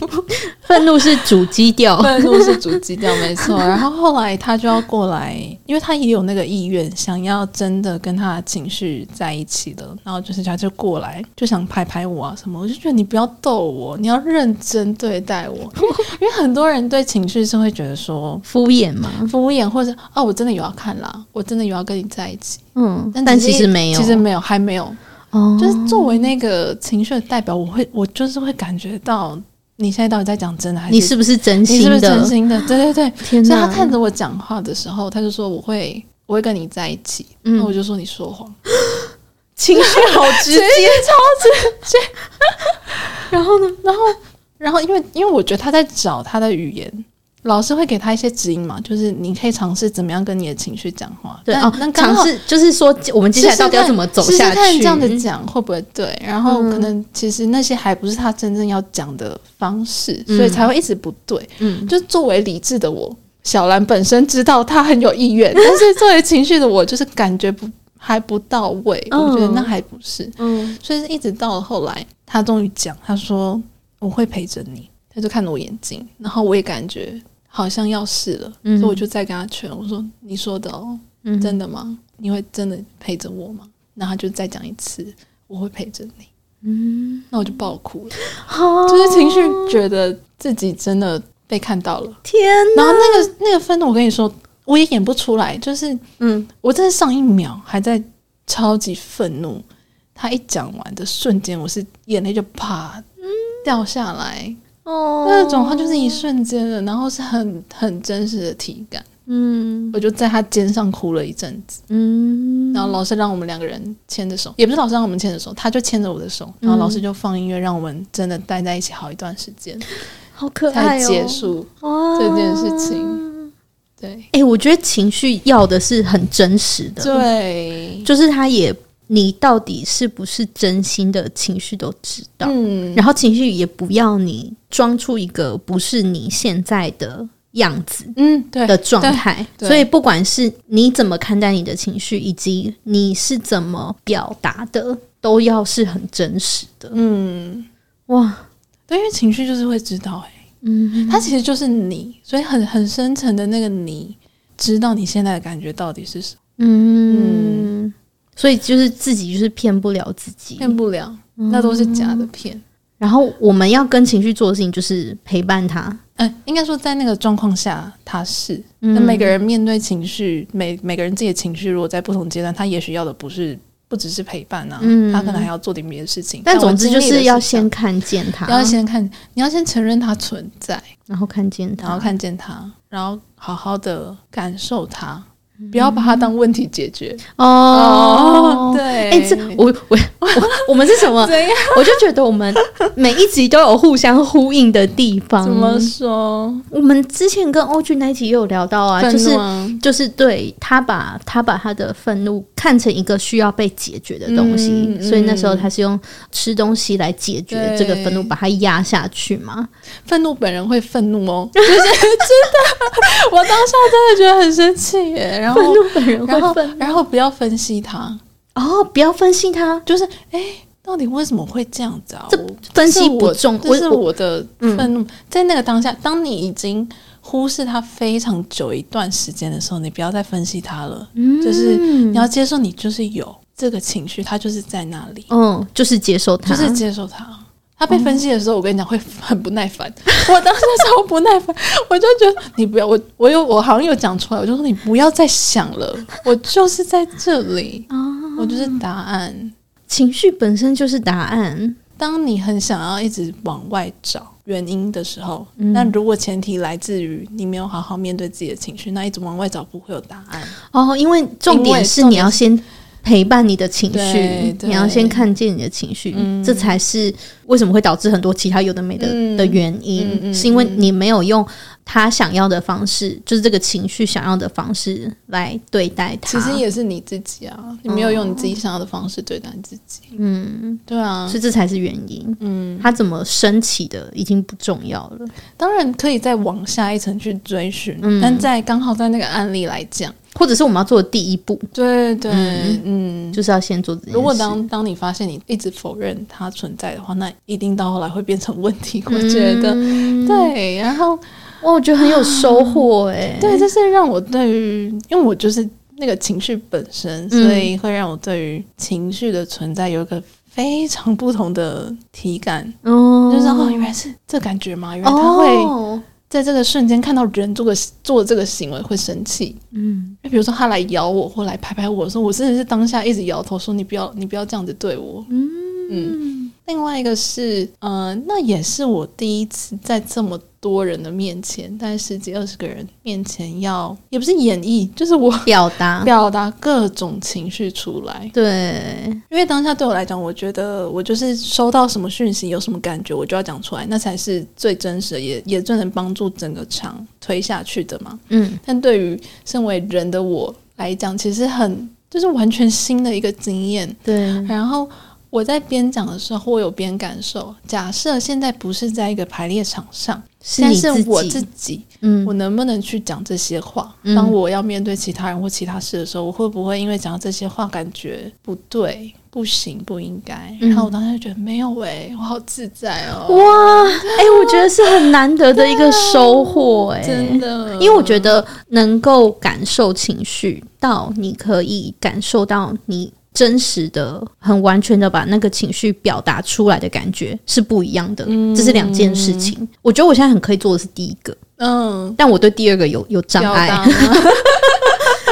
B: 愤怒是主基调，
A: 愤怒是主基调，没 错。然后后来他就要过来，因为他也有那个意愿，想要真的跟他的情绪在一起的。然后就是他就过来，就想拍拍我啊什么。我就觉得你不要逗我，你要认真对待我， 因为很多人对情绪是会觉得说
B: 敷衍嘛，
A: 敷衍，或者啊我真的有要看啦，我真的有要跟你在一起，
B: 嗯，
A: 但
B: 但
A: 只是
B: 其实没有，
A: 其实没有，还没有。
B: 哦，
A: 就是作为那个情绪的代表，我会我就是会感觉到你现在到底在讲真的还是
B: 你是不是真
A: 你
B: 心
A: 是不
B: 的？啊
A: 是真心的？对对对。
B: 天
A: 所以
B: 哪，
A: 他看着我讲话的时候，他就说我会我会跟你在一起，
B: 嗯
A: 那我就说你说 谎，
B: 情绪好直接，
A: 然后呢，然后然后因为因为我觉得他在找他的语言。老师会给他一些指引嘛，就是你可以尝试怎么样跟你的情绪讲话。
B: 对
A: 但
B: 哦
A: 那，刚好
B: 尝试就是说我们接下来到底要怎么走
A: 试试
B: 下
A: 看
B: 去？
A: 这样子讲会不会对？然后可能其实那些还不是他真正要讲的方式，
B: 嗯
A: 所以才会一直不对。
B: 嗯，
A: 就作为理智的我，小兰本身知道她很有意 愿，但是作为情绪的我，就是感觉不还不到位，
B: 嗯
A: 我觉得那还不是。
B: 嗯，
A: 所以一直到了后来，他终于讲，他说我会陪着你，他就看着我眼睛，然后我也感觉好像要是了，
B: 嗯
A: 所以我就再跟他劝，我说你说的哦，
B: 嗯
A: 真的吗？你会真的陪着我吗？然后他就再讲一次，我会陪着你。嗯，那我就爆哭了，
B: 好
A: 就是情绪觉得自己真的被看到了。
B: 天哪，
A: 然后那个那个愤怒，我跟你说，我也演不出来，就是
B: 嗯，
A: 我真的上一秒还在超级愤怒，他一讲完的瞬间，我是眼泪就啪掉下来，
B: 哦，
A: 那种话就是一瞬间的，然后是很很真实的体感。
B: 嗯
A: 我就在他肩上哭了一阵子，
B: 嗯，
A: 然后老师让我们两个人牵着手，也不是老师让我们牵着手，他就牵着我的手，
B: 嗯
A: 然后老师就放音乐，让我们真的待在一起好一段时间，
B: 好可
A: 才
B: 爱哦，
A: 结束
B: 哇
A: 这件事情。对
B: 哎、我觉得情绪要的是很真实的，，
A: 对，
B: 就是他也，你到底是不是真心的情绪都知道，
A: 嗯，
B: 然后情绪也不要你装出一个不是你现在的样子
A: 嗯，对，
B: 的状态。
A: 对对
B: 所以，不管是你怎么看待你的情绪，以及你是怎么表达的，都要是很真实的。
A: 嗯，
B: 哇，
A: 对，因为情绪就是会知道、欸，
B: 嗯，
A: 它其实就是你，所以很很深层的那个你，知道你现在的感觉到底是什么，
B: 嗯，所以就是自己就是骗不了自己。
A: 骗不了，
B: 嗯
A: 那都是假的骗。
B: 然后我们要跟情绪做的事情就是陪伴他。
A: 嗯、应该说在那个状况下，他是。
B: 嗯
A: 那每个人面对情绪，每每个人自己的情绪，如果在不同阶段，他也许要的不是不只是陪伴啊，
B: 嗯
A: 他可能还要做点别的事情。
B: 但
A: 我
B: 总之就
A: 经历的
B: 是要
A: 这样
B: 先，看见他，
A: 要先看，你要先承认它存在，
B: 然后看见
A: 然后
B: 他，
A: 看见它，然后好好的感受它，
B: 嗯
A: 不要把它当问题解决。哦，对，
B: 哦哎、这我我我我们是什 么？
A: 怎样？
B: 我就觉得我们每一集都有互相呼应的地方。
A: 怎么说？
B: 我们之前跟欧俊那一集也有聊到啊，
A: 愤
B: 就是
A: 怒啊
B: 就是对他把他把他的愤怒看成一个需要被解决的东西，
A: 嗯嗯
B: 所以那时候他是用吃东西来解决
A: 对
B: 这个愤怒，把它压下去嘛。
A: 愤怒本人会愤怒 哦，就是 真的，我 当下真的觉得很生气耶。然后
B: 愤，怒本人
A: 哦然
B: 会
A: 后
B: 愤，
A: 然后不要分析它，
B: 哦，不要分析他，
A: 就是哎，到底为什么会这样子啊？
B: 这
A: 我
B: 分析不中。
A: 这
B: 我
A: 是
B: 我嗯
A: 我的愤怒。在那个当下，当你已经忽视它非常久一段时间的时候，你不要再分析它了，
B: 嗯
A: 就是你要接受，你就是有这个情绪，它就是在那里。
B: 嗯，就是接受他，
A: 就是接受他。他被分析的时候，我跟你讲会很不耐 烦。我当时超不耐烦，我就觉得你不要我，我有我好像有讲出来，我就说你不要再想了，我就是在这里，
B: 哦
A: 我就是答案。
B: 情绪本身就是答案。
A: 当你很想要一直往外找原因的时候，那如果前提来自于你没有好好面对自己的情绪，那一直往外找不会有答案。
B: 哦，因为重点是你要先陪伴你的情
A: 对
B: 绪，
A: 对嗯
B: 你要先看见你的情绪，这才是为什么会导致很多其他有的没的、
A: 嗯
B: 的原因，
A: 嗯嗯
B: 是因为你没有用他想要的方式，就是这个情绪想要的方式来对待他。
A: 其实也是你自己啊，你没有用你自己想要的方式对待自己。嗯，对啊
B: 所，以这才是原因。嗯，他怎么升起的已经不重要了。
A: 当然可以再往下一层去追寻，
B: 嗯
A: 但在刚好在那个案例来讲，
B: 或者是我们要做的第一步，
A: 对对，
B: 嗯
A: 嗯
B: 就是要先做这件事。
A: 如果当当你发现你一直否认它存在的话，那一定到后来会变成问题。我觉得，
B: 嗯
A: 对。然后，
B: 哇，我觉得很有收获哎、
A: 对，这是让我对于，因为我就是那个情绪本身，
B: 嗯
A: 所以会让我对于情绪的存在有一个非常不同的体感。
B: 哦
A: 就是哦，原来是这感觉嘛，原来他会
B: 哦
A: 在这个瞬间看到人做个做这个行为会生气。
B: 嗯，
A: 就比如说他来咬我或来拍拍我的时候，我真的是当下一直摇头说你不要你不要这样子对我。嗯另外一个是，呃，那也是我第一次在这么多人的面前，大概十几二十个人面前要，也不是演绎，就是我
B: 表达
A: 表达各种情绪出来。
B: 对，
A: 因为当下对我来讲，我觉得我就是收到什么讯息，有什么感觉，我就要讲出来，那才是最真实的，也也最能帮助整个场推下去的嘛。
B: 嗯
A: 但对于身为人的我来讲，其实很就是完全新的一个经验。
B: 对，
A: 然后我在边讲的时候，我有边感受。假设现在不是在一个排列场上，
B: 是
A: 但
B: 你
A: 是
B: 自
A: 我
B: 己
A: 自己，
B: 嗯
A: 我能不能去讲这些话？
B: 嗯
A: 当我要面对其他人或其他事的时候，我会不会因为讲这些话感觉不对、不行、不应该？
B: 嗯
A: 然后我当时就觉得没有诶、我好自在哦，
B: 哇，哎、我觉得是很难得的一个收获哎、
A: 啊真的，
B: 因为我觉得能够感受情绪，到你可以感受到你真实的、很完全的把那个情绪表达出来的感觉是不一样的，这是两件事情。我觉得我现在很可以做的是第一个，
A: 嗯，啊
B: 但我对第二个有有障
A: 表
B: 碍，
A: 达
B: 那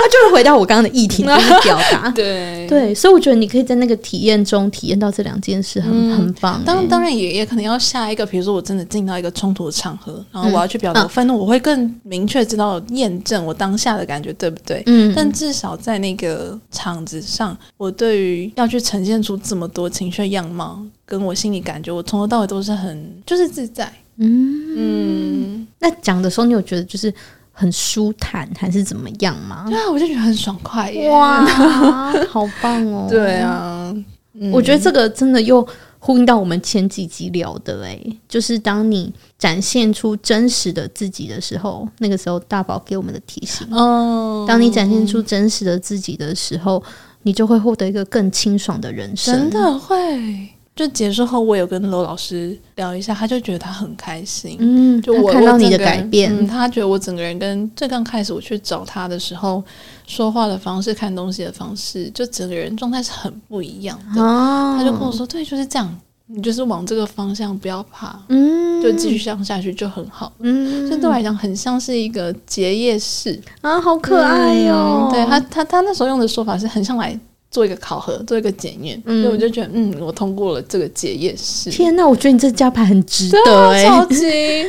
B: 就是回到我刚刚的议题，就是表达。
A: 对。
B: 对，所以我觉得你可以在那个体验中体验到这两件事很，很、棒、
A: 嗯当
B: 欸
A: 当然也也可能要下一个，比如说我真的进到一个冲突的场合，然后
B: 嗯
A: 我要去表达
B: 嗯
A: 愤怒，我会更明确知道验证我当下的感觉，对不对？
B: 嗯，
A: 但至少在那个场子上，我对于要去呈现出这么多情绪样貌，跟我心里感觉，我从头到尾都是很就是自在。嗯
B: 那讲的时候，你有觉得就是很舒坦还是怎么样吗
A: 对？啊，我就觉得很爽快耶。
B: 哇，好棒哦！
A: 对，啊，嗯
B: 我觉得这个真的又呼应到我们前几集聊的哎、就是当你展现出真实的自己的时候，那个时候大宝给我们的提醒，
A: 嗯，
B: 当你展现出真实的自己的时候，你就会获得一个更清爽的人生。
A: 真的会。就结束后，我有跟罗老师聊一下，他就觉得他很开心。
B: 嗯，
A: 就
B: 他
A: 我
B: 看到
A: 我
B: 你
A: 整
B: 的
A: 个
B: 改
A: 人
B: 变，
A: 嗯，他觉得我整个人跟最刚开始我去找他的时候，说话的方式、看东西的方式，就整个人状态是很不一样的。
B: 哦，
A: 他就跟我说：“对，就是这样，你就是往这个方向，不要怕，
B: 嗯，
A: 就继续这样下去就很好。”
B: 嗯，
A: 这对我来讲，很像是一个结业式，
B: 啊，好可爱哦哟、
A: 嗯对他，他他那时候用的说法是很像来做一个考核，做一个检验，
B: 嗯
A: 所以我就觉得，嗯，我通过了这个结业式，
B: 天呐，我觉得你这加牌很值
A: 对
B: 得
A: 啊，
B: 哎、
A: 超级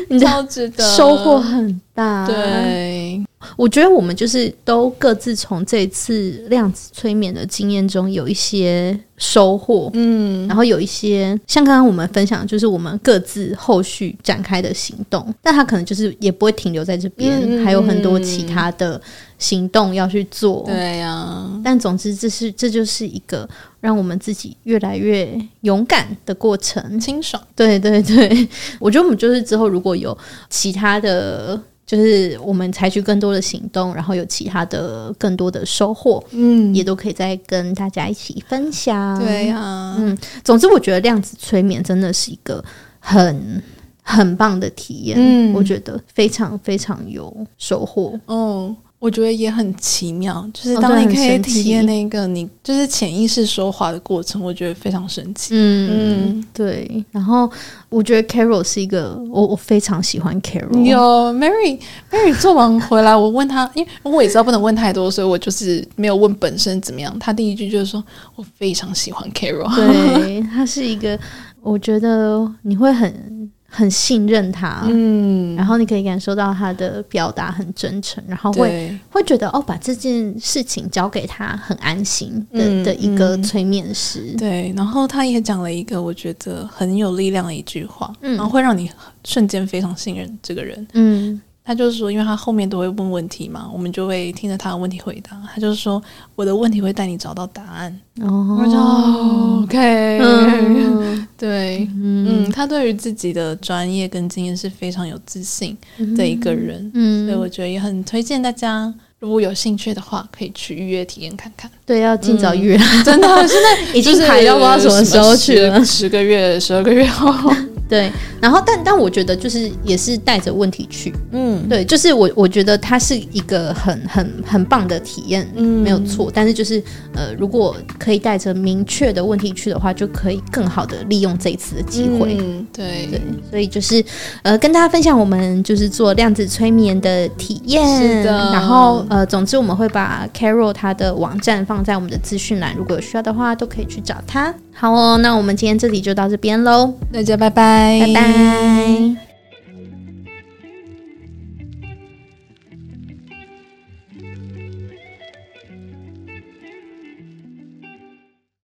B: 你的
A: 超值得，
B: 收获很大。，
A: 对，
B: 我觉得我们就是都各自从这次量子催眠的经验中有一些收获。
A: 嗯，
B: 然后有一些像刚刚我们分享，就是我们各自后续展开的行动，但它可能就是也不会停留在这边，
A: 嗯嗯
B: 还有很多其他的行动要去做。
A: 对呀、
B: 但总之，这是这就是一个让我们自己越来越勇敢的过程
A: 很。清爽。
B: 对对对，我觉得我们就是之后如果有其他的，就是我们采取更多的行动，然后有其他的更多的收获，
A: 嗯
B: 也都可以再跟大家一起分享。
A: 对呀、
B: 嗯，总之我觉得量子催眠真的是一个很很棒的体验，
A: 嗯
B: 我觉得非常非常有收获。
A: 哦，我觉得也很奇妙，就是
B: 哦
A: 当
B: 对
A: 你可
B: 很
A: 以
B: 神奇
A: 体验那个你就是潜意识说话的过程，我觉得非常神奇。
B: 嗯，对。然后我觉得 Carol 是一个，我我非常喜欢 Carol。
A: 有 Mary Mary 做完回来，我问他，因为我也知道不能问太多，所以我就是没有问本身怎么样。他第一句就是说我非常喜欢 Carol，
B: 对，他是一个，我觉得你会很很信任他，
A: 嗯，
B: 然后你可以感受到他的表达很真诚，然后嗯会
A: 对，
B: 会觉得哦，把这件事情交给他很安心的、
A: 嗯
B: 的一个
A: 嗯
B: 催眠师。
A: 对，然后他也讲了一个我觉得很有力量的一句话，
B: 嗯
A: 然后会让你瞬间非常信任这个人。
B: 嗯，
A: 他就是说，因为他后面都会问问题嘛，我们就会听着他的问题回答。他就是说，我的问题会带你找到答案。我就、 哦、OK，、
B: 嗯
A: 对，嗯，他对于自己的专业跟经验是非常有自信的一个人，所以
B: 嗯，
A: 我觉得也很推荐大家，如果有兴趣的话，可以去预约体验看看。
B: 对，要尽早约，
A: 嗯 真的，现在
B: 已经排到不知道什么时候去了。
A: 十个月、十二个月 后。
B: 对，然后但但我觉得就是也是带着问题去，
A: 嗯，
B: 对，就是我我觉得它是一个很很很棒的体验，
A: 嗯
B: 没有错。但是就是呃，如果可以带着明确的问题去的话，就可以更好的利用这一次的机会。
A: 嗯，对
B: 对，所以就是呃，跟大家分享我们就是做量子催眠的体验，
A: 是的
B: 然后呃，总之我们会把 Carol 她的网站放在我们的资讯栏，如果有需要的话，都可以去找她。好哦，那我们今天这里就到这边喽，
A: 大家拜拜，
B: 拜拜。